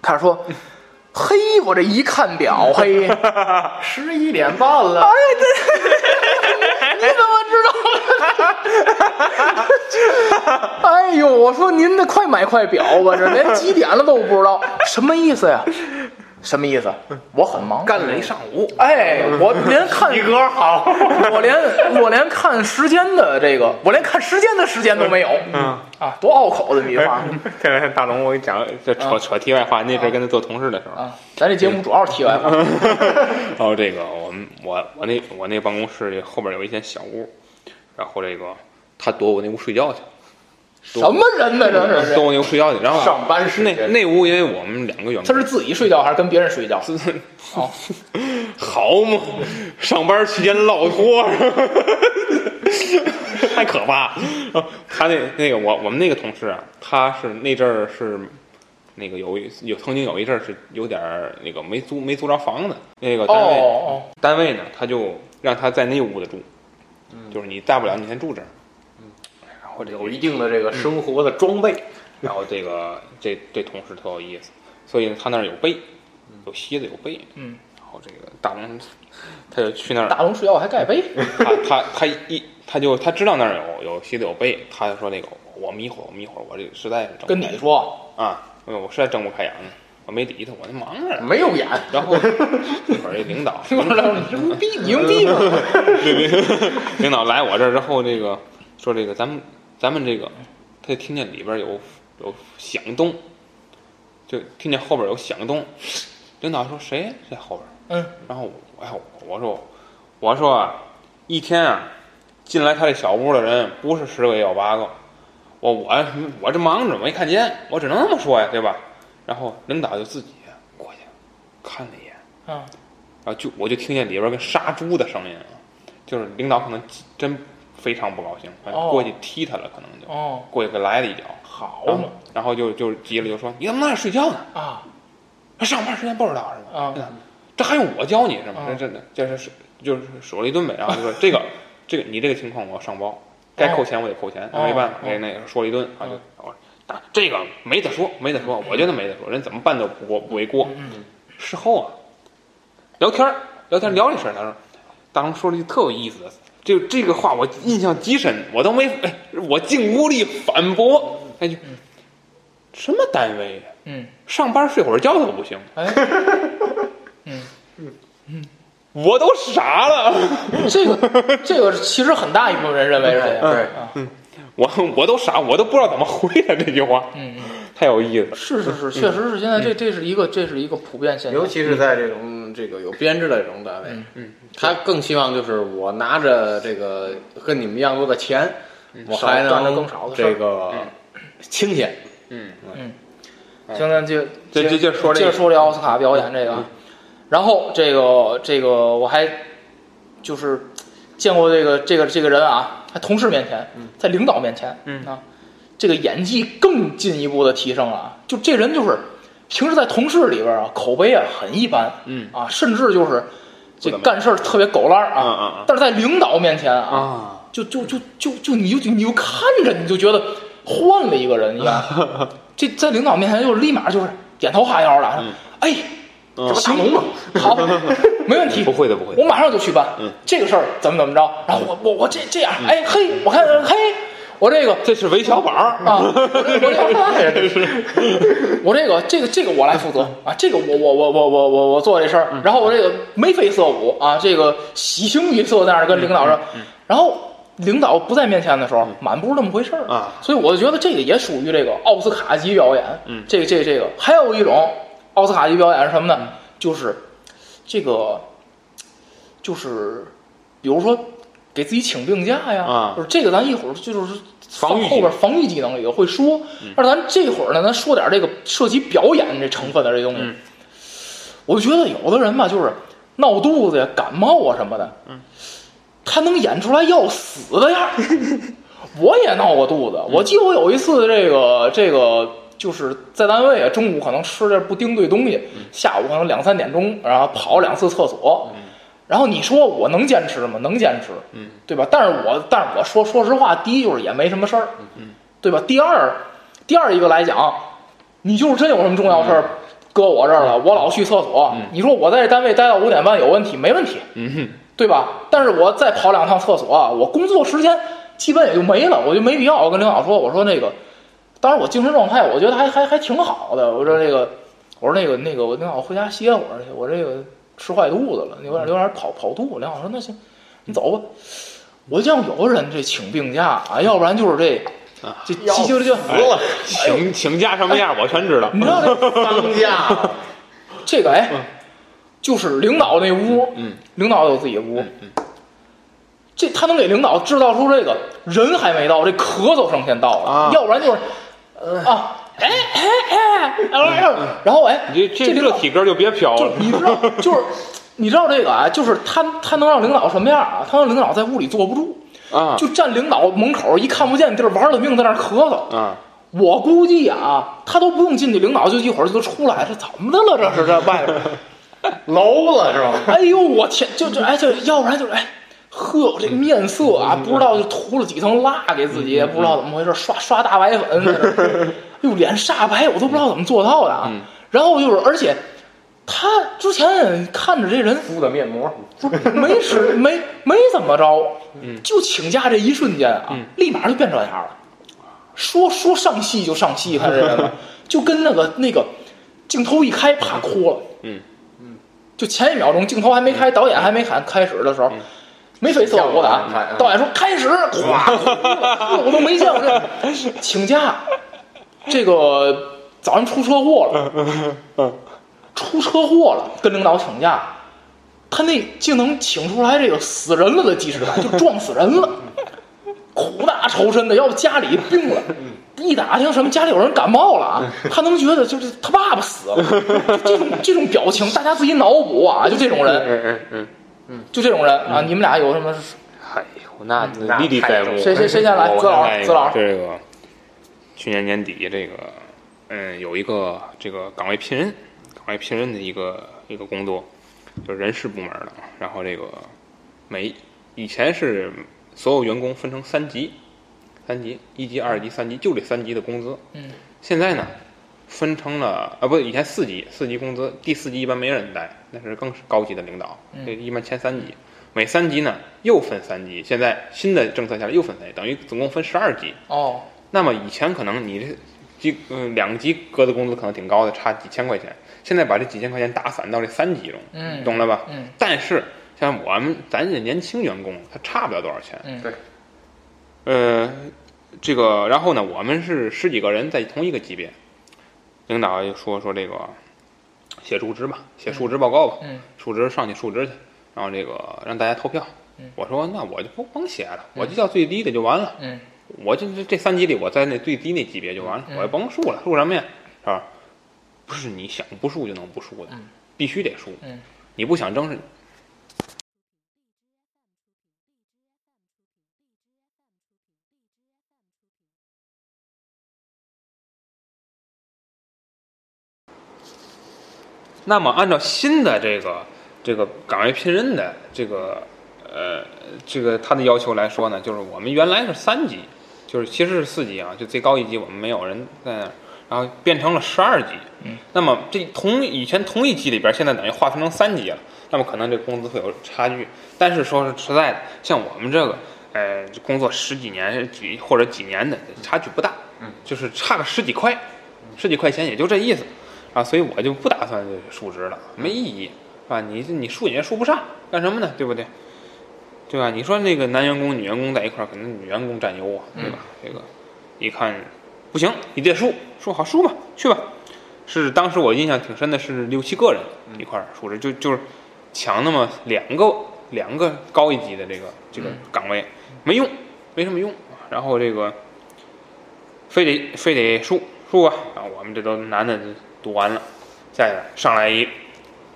Speaker 2: 开始说，嘿，我这一看表，嘿，
Speaker 5: 十一点半
Speaker 2: 哎
Speaker 5: 了，
Speaker 2: 对，你怎么知道？ [LAUGHS] 哎呦，我说您这快买块表吧，这连几点了都不知道，什么意思呀？什么意思？我很忙，
Speaker 7: 干了一上午，
Speaker 2: 哎，我连看
Speaker 7: [LAUGHS] 一哥好，
Speaker 2: 我连我连看时间的这个，我连看时间的时间都没有，嗯啊，多拗口的一句话
Speaker 3: 这两天大龙，我给你讲，这
Speaker 7: 啊
Speaker 3: 扯扯题外话，那阵儿跟他做同事的时候，
Speaker 2: 啊！咱这节目主要是题外
Speaker 7: 嗯
Speaker 2: 话，
Speaker 3: [LAUGHS] 然后这个我们我我那我那办公室里后边有一间小屋，然后这个他躲我那屋睡觉去，
Speaker 2: 什么人呢？这是
Speaker 7: 嗯
Speaker 3: 躲我那屋睡觉去，然后
Speaker 7: 上班时
Speaker 3: 那
Speaker 7: 间
Speaker 3: 那屋因为我们两个员
Speaker 2: 他
Speaker 3: 工
Speaker 2: 是自己睡觉还是跟别人睡觉？哦
Speaker 3: 好嘛，上班期间落脱， [LAUGHS] 太可怕了。他那那个我我们那个同事啊，他是那阵儿是那个有一有曾经有一阵儿是有点儿那个没租没租着房子，那个
Speaker 2: 哦
Speaker 3: 单位、
Speaker 2: 哦，
Speaker 3: 单位呢，他就让他在那屋子住，就是你大不了你先住这儿。然后这个
Speaker 7: 有一定的这个生活的装备，
Speaker 3: 然后这个这这同事特有意思，所以他那儿有被，有席子有被，
Speaker 2: 嗯，
Speaker 3: 然后这个大龙他就去那儿
Speaker 2: 大龙睡觉还盖被，
Speaker 3: 他他他一他就他知道那儿有有西子有杯，他就说那个我迷糊我迷糊，我这实在是睁不
Speaker 2: 跟
Speaker 3: 开
Speaker 2: 你说
Speaker 3: 啊，哎呦我实在睁不开眼呢，我没理他，我那忙着
Speaker 2: [LAUGHS]
Speaker 3: 呢。
Speaker 7: 没有眼，
Speaker 3: 然后 [LAUGHS] 一会儿这领导
Speaker 2: 我说你这不逼你硬逼吗？
Speaker 3: [LAUGHS] 领导来我这儿之后，这个说这个咱们咱们这个，他就听见里边有有响动，就听见后边有响动。领导说谁在后边？
Speaker 2: 嗯，
Speaker 3: 然后我哎我说我说啊，一天啊，进来他这小屋的人不是十个也有八个，我我我这忙着没看见，我只能这么说呀，对吧？然后领导就自己过去看了一眼，
Speaker 2: 啊，
Speaker 3: 然后就我就听见里边跟杀猪的声音啊，就是领导可能真非常不高兴，反正
Speaker 2: 哦
Speaker 3: 过去踢他了，可能就、
Speaker 2: 哦，
Speaker 3: 过去给来了一脚，
Speaker 2: 好
Speaker 3: 然后
Speaker 2: 嘛
Speaker 3: 然后就就急了，就说你怎么那儿睡觉呢？
Speaker 2: 啊，
Speaker 3: 上班时间不知道是吧？
Speaker 2: 啊
Speaker 3: 真的这还用我教你是吗？
Speaker 2: 啊
Speaker 3: 这真的就是是就是说了一顿呗，然后就说这个这个你这个情况我要上报，该扣钱我得扣钱，
Speaker 2: 哦
Speaker 3: 没办法，
Speaker 2: 哦嗯
Speaker 3: 给那个说了一顿，然后就我说那这个没得说，没得说，我觉得没得说，人怎么办都不不为过。
Speaker 2: 嗯
Speaker 3: 事后啊，聊天儿聊
Speaker 2: 嗯
Speaker 3: 天儿聊这事儿，他说大龙说了一句特有意思的，这这个话我印象极深，我都没哎，我竟无力反驳，哎就什么单位呀、
Speaker 2: 嗯，
Speaker 3: 上班睡会儿觉都不行。
Speaker 2: 哎，嗯
Speaker 3: 我都傻了，
Speaker 2: 这个这个其实很大一部分人认为是这样，
Speaker 7: 嗯对，
Speaker 3: 我我都傻，我都不知道怎么回答这句话，
Speaker 2: 嗯，嗯
Speaker 3: 太有意思了。
Speaker 2: 是是是，确实是现在这这是一个这是一个普遍现象
Speaker 7: 嗯尤，其是在这种这个有编制的这种单位，嗯，他更希望就是我拿着这个跟你们一样多的钱，我还
Speaker 2: 少干着
Speaker 7: 能
Speaker 2: 更少的事儿
Speaker 7: 这个清闲，
Speaker 3: 嗯
Speaker 2: 行，那就
Speaker 3: 这这接着说这
Speaker 2: 接
Speaker 3: 个嗯
Speaker 2: 着说这奥斯卡表演这个啊，然后这个这个我还就是见过这个这个这个人啊，在同事面前，在领导面前，
Speaker 3: 嗯
Speaker 2: 啊，这个演技更进一步的提升了啊，就这人就是平时在同事里边啊，口碑啊很一般，
Speaker 3: 嗯
Speaker 2: 啊，甚至就是这
Speaker 3: 不怎么
Speaker 2: 干事儿特别狗烂儿
Speaker 3: 嗯
Speaker 2: 啊
Speaker 3: 嗯嗯，
Speaker 2: 但是在领导面前啊
Speaker 3: 啊，
Speaker 2: 就就就就就你就就你就看着你就觉得换了一个人
Speaker 3: [LAUGHS]
Speaker 2: 一样，这在领导面前就立马就是点头哈腰
Speaker 3: 嗯
Speaker 2: 的，哎，这不大
Speaker 3: [LAUGHS]
Speaker 2: 龙吗？好，没问题，
Speaker 3: 不会的不会的
Speaker 2: 我马上就去办，
Speaker 3: 嗯
Speaker 2: 这个事儿怎么怎么着，然后我我我这这样，哎嘿，我看嘿，我这个
Speaker 3: 嗯这是韦小宝儿 [LAUGHS]
Speaker 2: 啊， [LAUGHS] 我这我这哎真是我这个这个这个我来负责啊，这个我我我我我我我做这事儿，
Speaker 3: 嗯
Speaker 2: 然后我这个眉飞色舞啊，这个喜形于色在那儿跟领导说，
Speaker 3: 嗯
Speaker 2: 然后领导不在面前的时候，满不是那么回事儿
Speaker 3: 啊
Speaker 2: 所以我就觉得这个也属
Speaker 3: 嗯嗯
Speaker 2: 于这个奥斯卡级表演，这个这个这个，还有一种奥斯卡级表演是什么呢？就是这个，就是比如说给自己请病假呀，
Speaker 3: 啊
Speaker 2: 就是这个咱一会儿就是
Speaker 3: 防御技能嗯
Speaker 2: 后边防御技能里头会说。但是咱这会儿呢，咱说点这个涉及表演这成分的这东
Speaker 3: 嗯
Speaker 2: 西。我就觉得有的人吧，就是闹肚子呀、感冒啊什么的，
Speaker 3: 嗯
Speaker 2: 他能演出来要死的样儿。我也闹过肚子，我记得我有一次这个这个就是在单位啊，中午可能吃的不丁对东西，
Speaker 3: 嗯
Speaker 2: 下午可能两三点钟，然后跑两次厕所。然后你说我能坚持吗？能坚持，嗯，对吧？但是我但是我说说实话，第一就是也没什么事儿，嗯，对吧？第二，第二一个来讲，你就是真有什么重要事儿搁我这儿了，我老去厕所，你说我在这单位待到五点半有问题？没问题，
Speaker 3: 嗯
Speaker 2: 对吧？但是我再跑两趟厕所啊，我工作时间基本也就没了，我就没必要。我跟领导说，我说那个，当然我精神状态我觉得还还还挺好的。我说那个，我说那个那个，我领导回家歇会儿去，我这个吃坏肚子了，有
Speaker 3: 嗯
Speaker 2: 点有点跑跑肚。领导说那行，你走吧。我见过有的人这请病假啊，要不然就是这这这哎就就
Speaker 3: 了，请请假什么样我全知道。
Speaker 2: 你知道这
Speaker 3: [LAUGHS]
Speaker 7: 放假，
Speaker 2: 这个哎，就是领导那屋，
Speaker 3: 嗯，
Speaker 2: 领导有自己的屋，这他能给领导制造出这个人还没到，这咳嗽声先到了，
Speaker 3: 啊
Speaker 2: 要不然就是，啊，哎哎哎，然后然后哎，
Speaker 3: 嗯你这
Speaker 2: 这领
Speaker 3: 这
Speaker 2: 导
Speaker 3: 体格就别飘
Speaker 2: 就
Speaker 3: 了
Speaker 2: 是。你知道，
Speaker 3: [LAUGHS]
Speaker 2: 就是你知道这个啊，就是他他能让领导什么样啊？他让领导在屋里坐不住，
Speaker 3: 啊
Speaker 2: 就站领导门口一看不见地儿，玩了命在那儿咳嗽，
Speaker 3: 啊，
Speaker 2: 我估计啊，他都不用进去，领导就一会儿就出来，这怎么的了？这
Speaker 7: [LAUGHS]
Speaker 2: 是这外边儿，
Speaker 7: 楼了是吧？
Speaker 2: 哎呦我天，就就哎就要不然就是哎，呵这面色啊，不知道就涂了几层蜡给自己，也不知道怎么回事，刷刷大白粉， [LAUGHS] 在这儿哎呦脸煞白，我都不知道怎么做到的
Speaker 7: 嗯
Speaker 2: 啊。然后就是而且。他之前看着这人
Speaker 7: 敷的面膜，
Speaker 2: 不是没使没没怎
Speaker 7: [LAUGHS]
Speaker 2: 么着，
Speaker 7: 嗯
Speaker 2: 就请假这一瞬间啊，立马就变这样了。说说上戏就上戏，看这 [LAUGHS] 人了，就跟那个那个镜头一开，啪哭了。嗯嗯，就前一秒钟镜头还没开，导演还没喊开始的时候，眉飞色舞的
Speaker 7: 吓我一
Speaker 2: 啊
Speaker 7: 跳！
Speaker 2: 导演说开始，咵， [LAUGHS] 我都没见过这请假，这个早上出车祸了，嗯出车祸了，跟领导请假，他那竟能请出来这个死人了的即视感，就撞死人了，苦大仇深的，要不家里病了。
Speaker 3: 嗯
Speaker 2: 一打听什么家里有人感冒了啊，他能觉得就是他爸爸死了，就这种这种表情，大家自己脑补啊，就这种人，
Speaker 3: 嗯嗯嗯，
Speaker 2: 就这种人啊，你们俩有什么？
Speaker 3: 哎呦，那历历在目。
Speaker 2: 谁谁谁先来？
Speaker 3: 我
Speaker 2: 子老
Speaker 3: 再来
Speaker 2: 师，
Speaker 3: 一
Speaker 2: 子
Speaker 3: 个
Speaker 2: 老师，
Speaker 3: 这个去年年底这个，嗯，有一个这个岗位聘任，岗位聘任的一个一个工作，就是人事部门的。然后这个每以前是所有员工分成三级，三级，一级、二级、三级，就这三级的工资。
Speaker 2: 嗯，
Speaker 3: 现在呢，分成了啊，不，以前四级，四级工资，第四级一般没人带，那是更高级的领导，这一般前三级，每三级呢又分三级，现在新的政策下来又分三级，等于总共分十二级。
Speaker 2: 哦，
Speaker 3: 那么以前可能你这几嗯、两级格的工资可能挺高的，差几千块钱，现在把这几千块钱打散到这三级中，
Speaker 2: 嗯
Speaker 3: 懂了吧？
Speaker 2: 嗯，
Speaker 3: 但是像我们咱这年轻员工，他差不了多少钱，
Speaker 2: 嗯
Speaker 7: 对，
Speaker 3: 呃，这个然后呢，我们是十几个人在同一个级别，领导就说说这个写述职吧，写述职报告吧，
Speaker 2: 嗯嗯
Speaker 3: 述职上去述职去，然后这个让大家投票。我说那我就不甭写了，我就叫最低的就完了。
Speaker 2: 嗯
Speaker 3: 我这这这三级里，我在那最低那级别就完了，我也甭数了，数什么呀？是吧？不是你想不数就能不数的，必须得数。
Speaker 2: 嗯
Speaker 3: 你不想争是那么按照新的这个这个岗位聘任的这个呃这个他的要求来说呢，就是我们原来是三级，就是其实是四级啊，就最高一级我们没有人在那儿，然后变成了十二级。嗯，那么这同以前同一级里边，现在等于划分成三级了，那么可能这工资会有差距。但是说是实在的，像我们这个呃工作十几年几或者几年的差距不大，嗯，就是差个十几块，十几块钱也就这意思。啊，所以我就不打算数值了，没意义，是吧？你你数也数不上，干什么呢？对不对？对吧？你说那个男员工、女员工在一块儿，肯定女员工占优啊，对吧？这个一看不行，你得数，数好数吧，去吧。是当时我印象挺深的，是六七个人一块儿数着，就就是抢那么两个两个高一级的这个这个岗位，没用，没什么用。然后这个非得非得输输吧，然后我们这都男的就读完了，下去了上来一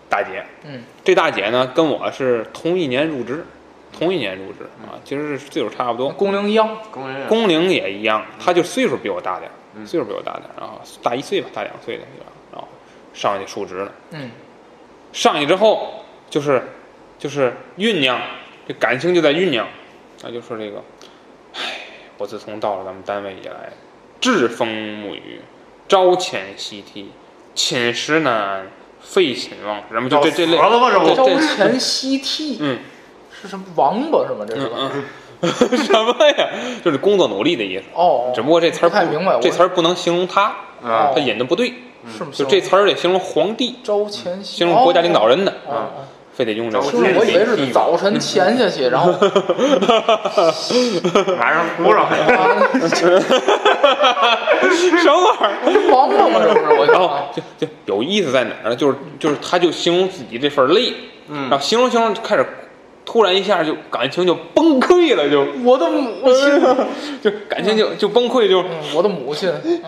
Speaker 3: 大姐，
Speaker 2: 嗯，
Speaker 3: 这大姐呢跟我是同一年入职，同一年入职啊，其实是岁数差不多，
Speaker 2: 工龄一样，
Speaker 3: 哦
Speaker 5: [LAUGHS]
Speaker 7: 工人
Speaker 3: 工龄也一样，他就岁数比我大点儿，
Speaker 5: 嗯
Speaker 3: 岁数比我大点儿，然后大一岁吧，大两岁的，然后上去述职了。
Speaker 2: 嗯，
Speaker 3: 上去之后就是就是酝酿，这感情就在酝酿，那就说这个，唉，我自从到了咱们单位以来，栉风沐雨，朝前夕惕，寝食难安，废寝忘食，什么就这这类，
Speaker 5: 哦要死了吧这不
Speaker 3: 这
Speaker 2: 朝
Speaker 3: 这
Speaker 2: 前夕惕
Speaker 3: 嗯。
Speaker 2: 是什么王八是吗？这是吧？
Speaker 3: 嗯嗯， [LAUGHS] 什么呀？就是工作努力的意思。
Speaker 2: 哦，
Speaker 3: 只不过这词儿
Speaker 2: 不太明白我
Speaker 3: 这词儿不能形容他，
Speaker 2: 哦
Speaker 3: 啊他引的不对。
Speaker 2: 是吗？
Speaker 3: 就这词儿得形容皇帝，
Speaker 2: 朝前夕，
Speaker 3: 形容国家领导人的，嗯
Speaker 2: 哦。哦
Speaker 3: 非得用这
Speaker 2: 哦
Speaker 3: 个
Speaker 2: 是不是我以为是早晨潜下去，然后
Speaker 5: 晚上糊上，
Speaker 3: [LAUGHS] 什么玩意儿？
Speaker 2: 王八吗？这不是我
Speaker 3: 然后就就有意思在哪儿呢？就是就是，他就形容自己这份累，
Speaker 2: 嗯
Speaker 3: 然后形容形容就开始，突然一下就感情就崩溃了，就
Speaker 2: 我的母亲，
Speaker 3: 就感情就就崩溃，就
Speaker 2: 嗯我的母亲，嗯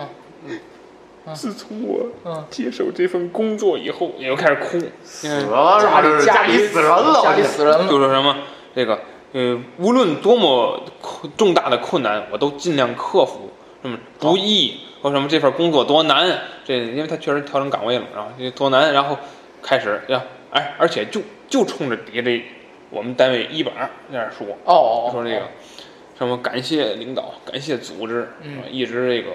Speaker 3: 自从我
Speaker 2: 嗯
Speaker 3: 接手这份工作以后，也就开始哭，因为
Speaker 5: 死了是吧？这是
Speaker 2: 家
Speaker 5: 里死人了，
Speaker 2: 家里
Speaker 5: 我
Speaker 2: 死人了，
Speaker 3: 就说什么这个呃，无论多么困重大的困难，我都尽量克服。什
Speaker 2: 哦
Speaker 3: 么不易或什么这份工作多难，这因为他确实调整岗位了，然后这多难，然后开始要哎，而且就就冲着底下这我们单位一板儿在那儿说，
Speaker 2: 哦哦，哦
Speaker 3: 说这个什么感谢领导，感谢组织，
Speaker 2: 嗯
Speaker 3: 一直这个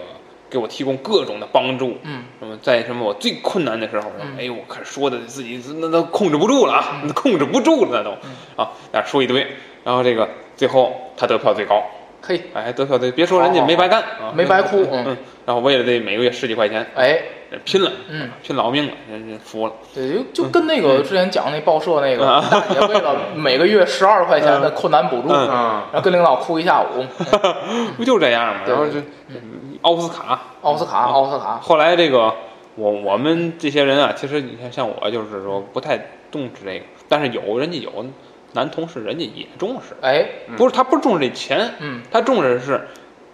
Speaker 3: 给我提供各种的帮助，
Speaker 2: 嗯，
Speaker 3: 什么在什么我最困难的时候，
Speaker 2: 嗯
Speaker 3: 哎呦，我看说的自己那都控制不住了啊，控制不住了那都、
Speaker 2: 嗯
Speaker 3: 啊，那说一堆，然后这个最后他得票最高，
Speaker 2: 嘿，
Speaker 3: 哎，得票最别说人家没白干啊，
Speaker 2: 哦没白哭，
Speaker 3: 嗯
Speaker 2: 嗯，，
Speaker 3: 然后为了这每个月十几块钱，
Speaker 2: 哎，
Speaker 3: 人拼了，
Speaker 2: 嗯，
Speaker 3: 拼老命了，人人服了，
Speaker 2: 对，就就跟那个之前讲那报社那个
Speaker 3: 嗯
Speaker 2: 大姐为了每个月十二块钱的困难补助，
Speaker 3: 嗯
Speaker 2: 然后跟领导哭一下午，嗯
Speaker 3: 不就这样吗？
Speaker 2: 对
Speaker 3: 然后就奥斯卡，
Speaker 2: 奥斯卡，奥斯卡，
Speaker 3: 后来这个我我们这些人啊，其实你看像我就是
Speaker 2: 嗯
Speaker 3: 说不太重视这个，但是有人家有男同事，人家也重视，
Speaker 2: 哎，
Speaker 3: 不是他不重视这钱，
Speaker 2: 嗯
Speaker 3: 他重视的是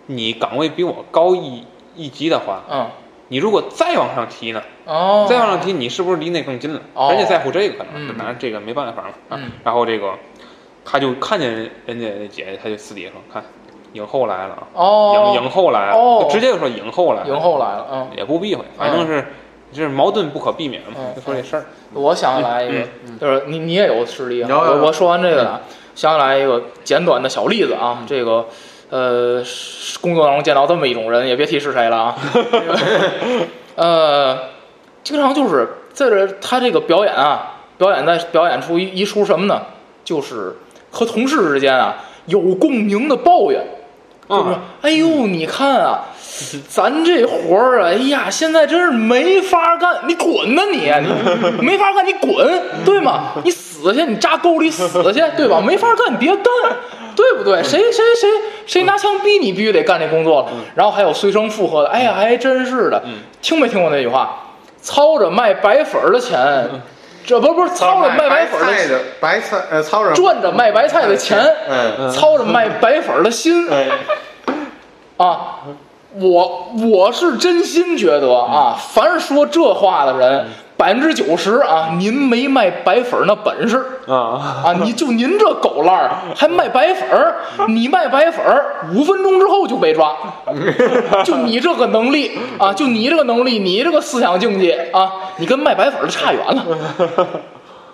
Speaker 3: 你岗位比我高一一级的话，
Speaker 2: 嗯，
Speaker 3: 你如果再往上提呢，
Speaker 2: 哦，
Speaker 3: 再往上提你是不是离那更近了？
Speaker 2: 哦
Speaker 3: 人家在乎这个呢，
Speaker 2: 嗯
Speaker 3: 当然这个没办法嘛。啊
Speaker 2: 嗯
Speaker 3: 然后这个他就看见人家那姐姐，他就私底下说看。影后来了啊！
Speaker 2: 哦
Speaker 3: 影影后来了，
Speaker 2: 哦
Speaker 3: 就直接就说影后来了，
Speaker 2: 迎后来了，嗯，
Speaker 3: 也不避讳，反正是就是矛盾不可避免嘛
Speaker 2: 嗯，
Speaker 3: 就说这事儿。
Speaker 2: 我想起来一个，就是你你也有实例啊。
Speaker 7: 嗯有有有嗯
Speaker 2: 我我说完这个了，想起来一个简短的小例子啊。这个呃，是工作当中见到这么一种人，也别提是谁了
Speaker 7: [LAUGHS]
Speaker 2: 啊。呃，经常就是在这他这个表演啊，表演在表演出一一出什么呢？就是和同事之间啊有共鸣的抱怨。就是说
Speaker 3: 嗯，
Speaker 2: 哎呦，你看啊，咱这活儿啊，哎呀，现在真是没法干，你滚呐你，你没法干，你滚，对吗？你死去，你扎沟里死去，对吧？没法干，你别干，对不对？谁谁谁谁拿枪逼你，必须得干这工作了。然后还有随声附和的，哎呀，还真是的，听没听过那句话？操着卖白粉儿的钱，这不不是嗯操着卖白粉儿的
Speaker 7: 白菜
Speaker 2: 钱，
Speaker 7: 的白菜呃，操着
Speaker 2: 赚着卖白菜的钱，
Speaker 7: 嗯
Speaker 2: 操着卖白粉儿的心，
Speaker 7: 哎
Speaker 2: 啊，我我是真心觉得
Speaker 7: 嗯
Speaker 2: 啊，凡是说这话的人，百分之九十啊，您没卖白粉儿那本事
Speaker 7: 嗯
Speaker 3: 啊，
Speaker 2: 啊，你就您这狗烂儿还卖白粉儿，
Speaker 7: 嗯
Speaker 2: 你卖白粉儿五分钟之后就被
Speaker 7: [LAUGHS]
Speaker 2: 抓，就你这个能力啊，就你这个能力，你这个思想境界啊，你跟卖白粉儿的差远了
Speaker 7: 嗯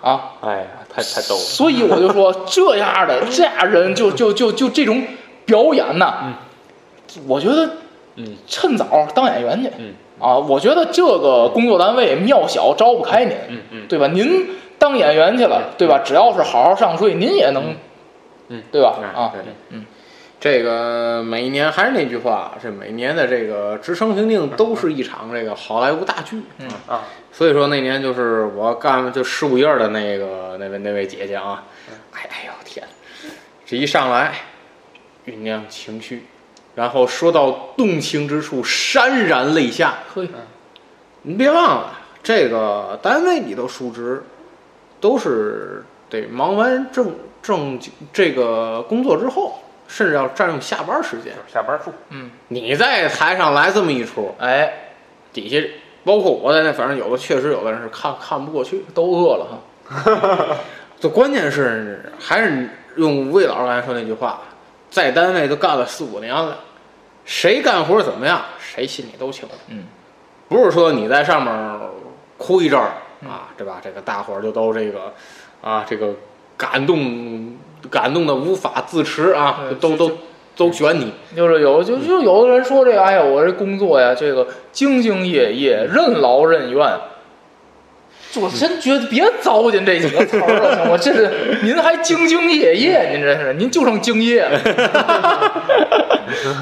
Speaker 2: 啊。
Speaker 3: 哎呀，太太逗了。
Speaker 2: 所以我就
Speaker 3: [LAUGHS]
Speaker 2: 说，这样的这样人就就就就这种表演呐、我觉得，
Speaker 3: 嗯，
Speaker 2: 趁早当演员去，
Speaker 3: 嗯
Speaker 2: 啊，我觉得这个工作单位庙小招不开您，
Speaker 3: 嗯嗯
Speaker 2: 对吧？您当演员去了，对吧？只要是好好上税，您也能，
Speaker 3: 嗯，
Speaker 2: 对吧？
Speaker 7: 哎
Speaker 2: 啊
Speaker 7: 对对，
Speaker 2: 嗯，
Speaker 7: 这个每一年还是那句话，这每年的这个职称评定都是一场这个好莱坞大剧
Speaker 2: 嗯
Speaker 3: 啊。
Speaker 7: 所以说那年就是我干就十五页的那个那位那位姐姐啊，哎哎呦天，这一上来酝酿情绪，然后说到动情之处潸然泪下，
Speaker 2: 可以，
Speaker 7: 您别忘了，这个单位里头述职，都是得忙完正正经这个工作之后，甚至要占用下班时间。
Speaker 3: 下班住，
Speaker 7: 你在台上来这么一出，
Speaker 2: 哎，
Speaker 7: 底下包括我在内，反正有的确实有的人是看看不过去。
Speaker 2: 都饿了哈，
Speaker 7: 这关键是还是用魏老师刚才说那句话，在单位都干了四五年了，谁干活怎么样，谁心里都清楚。
Speaker 2: 嗯，
Speaker 7: 不是说你在上面哭一阵儿
Speaker 2: 嗯
Speaker 7: 啊，对吧？这个大伙儿就都这个啊，这个感动感动的无法自持啊，
Speaker 2: 对
Speaker 7: 都
Speaker 2: 是
Speaker 7: 都都选你。
Speaker 2: 就是有就就有的人说这个，哎呀，我这工作呀，这个兢兢业业，任劳任怨。我真觉得别糟践这几个词儿了，我这是您还兢兢业业，您这是您就剩敬业了。 [LAUGHS]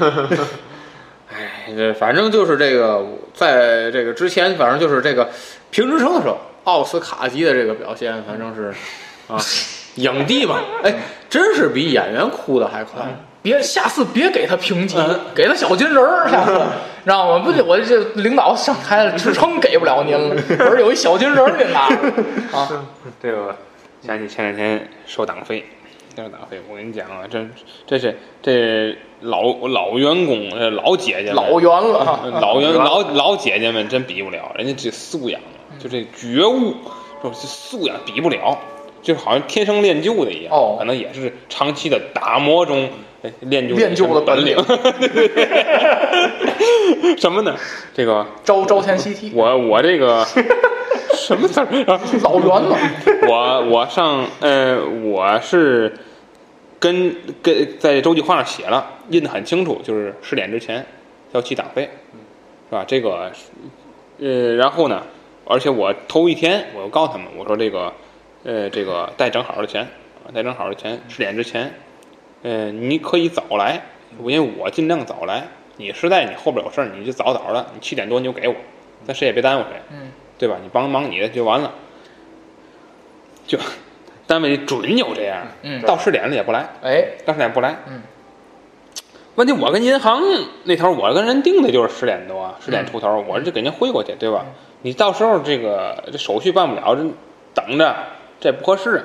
Speaker 7: 哎，这反正就是这个，在这个之前，反正就是这个评职称的时候，奥斯卡级的这个表现，反正是啊，影帝嘛，哎，真是比演员哭的还快。
Speaker 2: 别下次别给他评级，
Speaker 7: 嗯
Speaker 2: 给他小金人儿，下次让我不，我这领导上台了，职称给不了您了，我说有一小金人儿给拿着啊，
Speaker 3: 这个想起前两天收党费，收党费，我跟你讲啊，这这是这老老员工，呃，老姐姐们呃
Speaker 2: 老冤了啊，
Speaker 3: 老员老老姐姐们真比不了，人家这素养啊，就这觉悟，就这素养比不了，就好像天生练就的一样，
Speaker 2: 哦
Speaker 3: 可能也是长期的打磨中哎练就
Speaker 2: 练就了
Speaker 3: 本领。 [LAUGHS] 什么呢？这个
Speaker 2: 招招前西踢，
Speaker 3: 我我这
Speaker 2: [LAUGHS]
Speaker 3: 个什么词儿啊？
Speaker 2: 老冤了，
Speaker 3: 我我上呃，我是跟跟在周计划上写了，印的很清楚，就是十点之前要去党费，
Speaker 2: 嗯
Speaker 3: 是吧？这个呃，然后呢，而且我头一天我又告诉他们，我说这个呃，这个待正好的钱，啊待正好的钱，十点之前，呃，你可以早来，因为我尽量早来。你实在你后边有事儿，你就早早的，你七点多你就给我，咱谁也别耽误谁，
Speaker 2: 嗯，
Speaker 3: 对吧？你帮忙你的就完了。就单位准有这样，
Speaker 2: 嗯
Speaker 3: 到十点了也不来，
Speaker 2: 哎，
Speaker 3: 到十点不来，
Speaker 2: 嗯。
Speaker 3: 问题我跟银行那头，我跟人定的就是十点多啊，十点出头，我就给您汇过去，对吧？你到时候这个这手续办不了，这等着这不合适。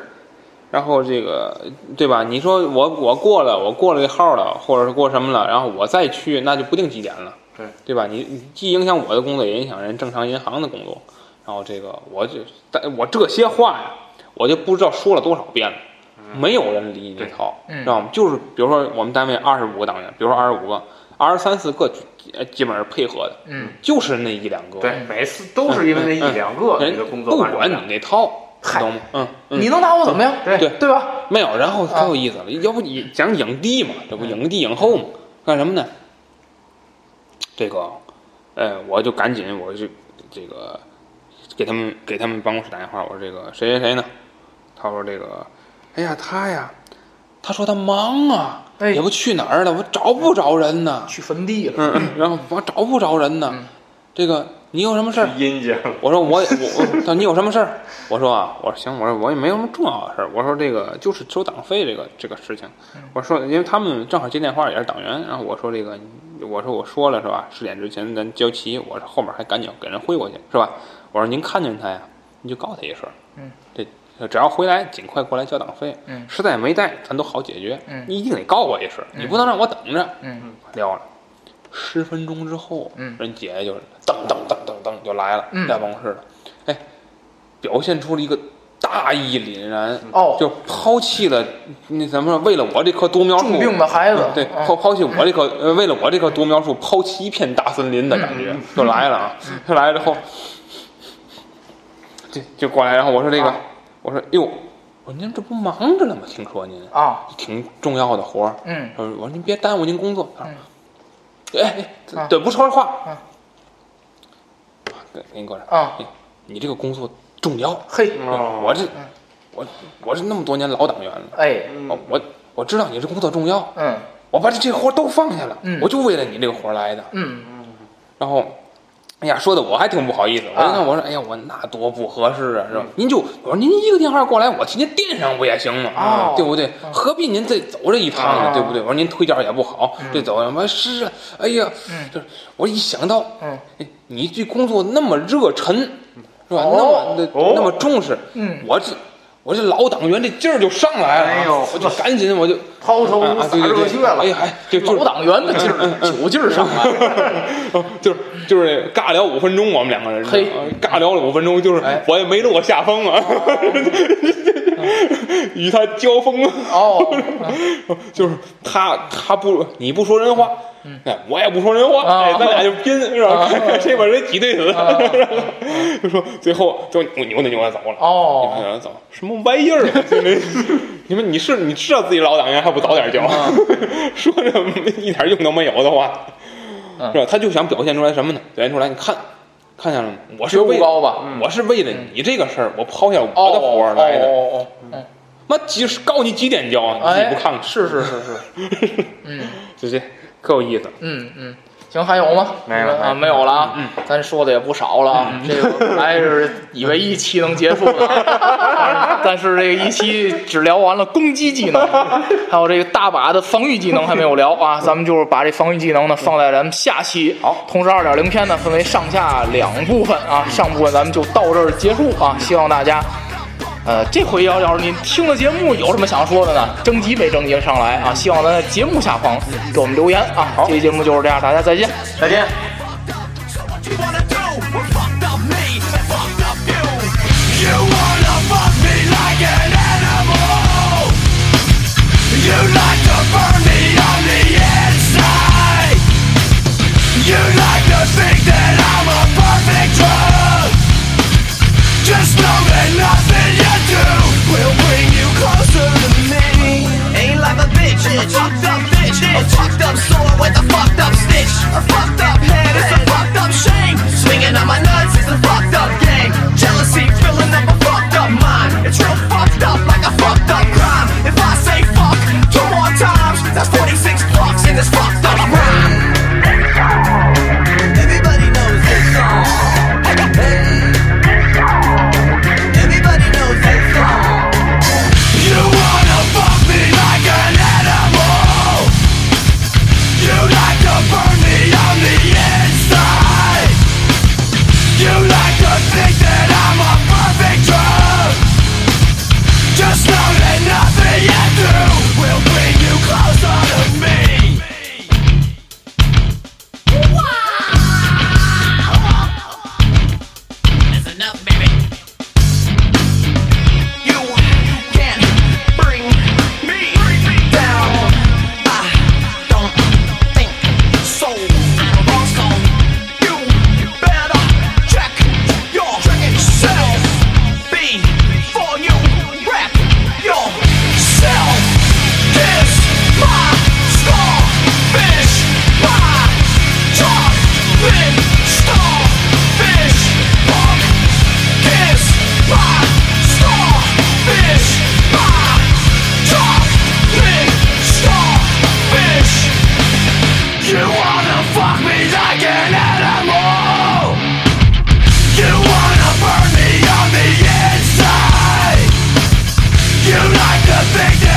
Speaker 3: 然后这个对吧？你说我我过了，我过了这号了，或者是过什么了，然后我再去，那就不定几点了，
Speaker 7: 对
Speaker 3: 对吧？你你既影响我的工作，也影响人正常银行的工作。然后这个我就，但我这些话呀，我就不知道说了多少遍了，
Speaker 5: 嗯
Speaker 3: 没有人理你这套，
Speaker 2: 嗯
Speaker 3: 知道吗？就是比如说我们单位二十五个党员，比如说二十五个，二十三四个基呃基本上是配合的，
Speaker 2: 嗯，
Speaker 3: 就是那一两个，
Speaker 5: 对，每次都是因为那
Speaker 3: 嗯
Speaker 5: 一两个你
Speaker 3: 人
Speaker 5: 的工作
Speaker 3: 哎不
Speaker 5: 完成
Speaker 3: 管
Speaker 5: 不
Speaker 3: 你
Speaker 5: 了
Speaker 3: 那套，
Speaker 2: 嗨
Speaker 3: 懂吗？嗯，嗯
Speaker 2: 你能拿我怎么样？
Speaker 5: 对
Speaker 3: 对
Speaker 2: 对吧？
Speaker 3: 没有，然后可有意思了，要不你讲影帝嘛，这不影帝影后嘛，干什么呢？这个，呃，我就赶紧，我就这个给他们给他们办公室打电话，我说这个谁谁谁呢？他说这个，哎呀，他呀，他说他忙啊，
Speaker 2: 哎
Speaker 3: 也不去哪儿了，我找不着人呢，
Speaker 2: 去坟地了，
Speaker 3: 嗯，然后我找不着人呢，这个你有什么事儿？
Speaker 5: 阴间了，
Speaker 3: 我说我我我，他你有什么事儿？我说啊，我说行，我说我也没有什么重要的事儿。我说这个就是收党费这个这个事情。我说，因为他们正好接电话也是党员，然后我说这个，我说我说了是吧？十点之前咱交齐，我说后面还赶紧给人汇过去是吧？我说您看见他呀，你就告他一声，
Speaker 2: 嗯，
Speaker 3: 这只要回来尽快过来交党费，
Speaker 2: 嗯
Speaker 3: 实在没带咱都好解决，
Speaker 2: 嗯
Speaker 3: 你一定得告我一声，你不能让我等着，
Speaker 2: 嗯，
Speaker 3: 撂了。十分钟之后，
Speaker 2: 嗯
Speaker 3: 人姐姐就噔噔噔噔噔就来了，
Speaker 2: 嗯
Speaker 3: 在办公室了，哎，表现出了一个大义凛然，
Speaker 2: 哦
Speaker 3: 就抛弃了那什么，为了我这棵独苗树，嗯
Speaker 2: 重病的孩子，
Speaker 3: 对，
Speaker 2: 啊
Speaker 3: 抛抛弃我这棵，呃，为了我这棵独苗树，抛弃一片大森林的感
Speaker 2: 嗯
Speaker 3: 觉就来了啊，就来了之后，就就过来，然后我说这个
Speaker 2: 啊，
Speaker 3: 我说哟，我说您这不忙着呢吗？听说您
Speaker 2: 啊，
Speaker 3: 挺重要的活儿，
Speaker 2: 嗯
Speaker 3: 我说我说您别耽误您工作。他说哎，
Speaker 2: 啊
Speaker 3: 哎对，不说话。
Speaker 2: 啊
Speaker 3: 对，给你过来。
Speaker 2: 啊
Speaker 3: 哎，你这个工作重要。
Speaker 2: 嘿，
Speaker 5: 哦
Speaker 3: 我这，
Speaker 2: 嗯
Speaker 3: 我我是那么多年老党员了，
Speaker 2: 哎，
Speaker 3: 我我我知道你这工作重要，
Speaker 2: 嗯
Speaker 3: 我把这这活儿都放下了
Speaker 2: 嗯，
Speaker 3: 我就为了你这个活儿来的。
Speaker 2: 嗯
Speaker 3: 然后哎呀，说的我还挺不好意思。我
Speaker 5: 啊
Speaker 3: 一看，我说，哎呀，我那多不合适啊，是吧？您就我说您一个电话过来，我直接垫上不也行吗？啊
Speaker 2: 哦
Speaker 3: 对不对？
Speaker 5: 嗯
Speaker 3: 何必您再走这一趟呢？
Speaker 2: 啊
Speaker 3: 对不对？我说您腿脚也不好，
Speaker 5: 嗯
Speaker 3: 这走什么是啊？哎呀，这我一想到，哎
Speaker 2: 嗯
Speaker 3: 你对工作那么热忱，是吧？
Speaker 2: 哦
Speaker 3: 那么那
Speaker 5: 哦
Speaker 3: 那么重视，
Speaker 2: 嗯
Speaker 3: 我这我这老党员这劲儿就上来了啊，
Speaker 5: 哎呦
Speaker 3: 我就赶紧我就
Speaker 5: 抛头
Speaker 3: 啊
Speaker 5: 颅
Speaker 3: 啊
Speaker 5: 洒
Speaker 3: 对对
Speaker 5: 热血
Speaker 3: 对，
Speaker 5: 了
Speaker 3: 哎。呀，哎，就就
Speaker 2: 老党员的劲儿，酒劲儿上来了。
Speaker 3: [LAUGHS] 哦就是就是尬聊五分钟，我们两个人
Speaker 2: 嘿哎
Speaker 3: 呃尬聊了五分钟，就是我也没落下风啊， [LAUGHS] 与他交锋啊，
Speaker 2: 哦，
Speaker 3: [LAUGHS] 就是他他不你不说人话，
Speaker 2: 嗯
Speaker 3: 哎，我也不说人话，
Speaker 2: 啊
Speaker 3: 哎，咱俩就拼是吧？看
Speaker 2: 哦
Speaker 3: 看谁把谁挤兑死，就 [LAUGHS] 说最后就我扭扭扭的走了，
Speaker 2: 哦
Speaker 3: 扭扭地走，什么玩意儿啊？ [LAUGHS] 就那你们你是你知道自己老党员还不早点交，
Speaker 2: 嗯
Speaker 3: [LAUGHS] 说这一点用都没有的话。是吧？他就想表现出来什么呢？表现出来，你看，看见了吗？我是
Speaker 2: 觉悟
Speaker 3: 为嗯
Speaker 2: 高吧？嗯
Speaker 3: 我是为了你这个事儿，我抛下
Speaker 2: 哦
Speaker 3: 我的活儿来的。
Speaker 2: 哦哦哦，
Speaker 3: 妈几十告你几点交啊？你自
Speaker 2: 哎，
Speaker 3: 己不看看，
Speaker 2: 是是是是，
Speaker 3: [LAUGHS]
Speaker 2: 嗯
Speaker 3: 直接可有意思了。
Speaker 2: 嗯嗯。行，还有吗？
Speaker 5: 没有
Speaker 2: 啊，
Speaker 5: 还有
Speaker 2: 没有了啊。咱说的也不少了啊，这个本来是以为一期能结束 [LAUGHS] 的，但是这个一期只聊完了攻击技能，还有这个大把的防御技能还没有聊啊。咱们就是把这防御技能呢放在咱们下期。好，同时二点零篇呢分为上下两部分啊，上部分咱们就到这儿结束啊。希望大家呃，这回要要是您听了节目有什么想说的呢？征集没征集上来啊？希望咱在节目下方给我们留言啊！好，这期节目就是这样，大家再见。
Speaker 5: 再见。
Speaker 1: So what you wanna do? Well, fucked up me and fucked up you. You wanna fuck me like an animal. You like to burn me on the inside. You like to think that I'm a perfect drug. Just know that nothing you do will bring you closer to me. Ain't like a bitch, a fucked up bitch, a fucked up sword with a fucked up stitch, a fucked up head is a fucked up shame. Swinging on my nuts is a fucked up game. Jealousy filling up a fucked up mind. It's real fucked up like a fucked up crime. If I say fuck two more times, that's 46 fucks in this fucked up rhyme. Everybody knows this song. Hey. Everybody knows this song. You wanna fuck me like an animal. You like to burn me on the inside. You like to think that I'm a perfect drug. Just know that nothing you do will bring you closer to me. That's enough, baby. You can't bring me down. I don't think so. I'm also. You better check yourself before you wreck yourself. Kiss my starfish pie. Chocolate starfish punk. Kiss my starfish pie. Chocolate starfish. You wanna fuck me like an animal. You wanna burn me on the inside. You like to think that.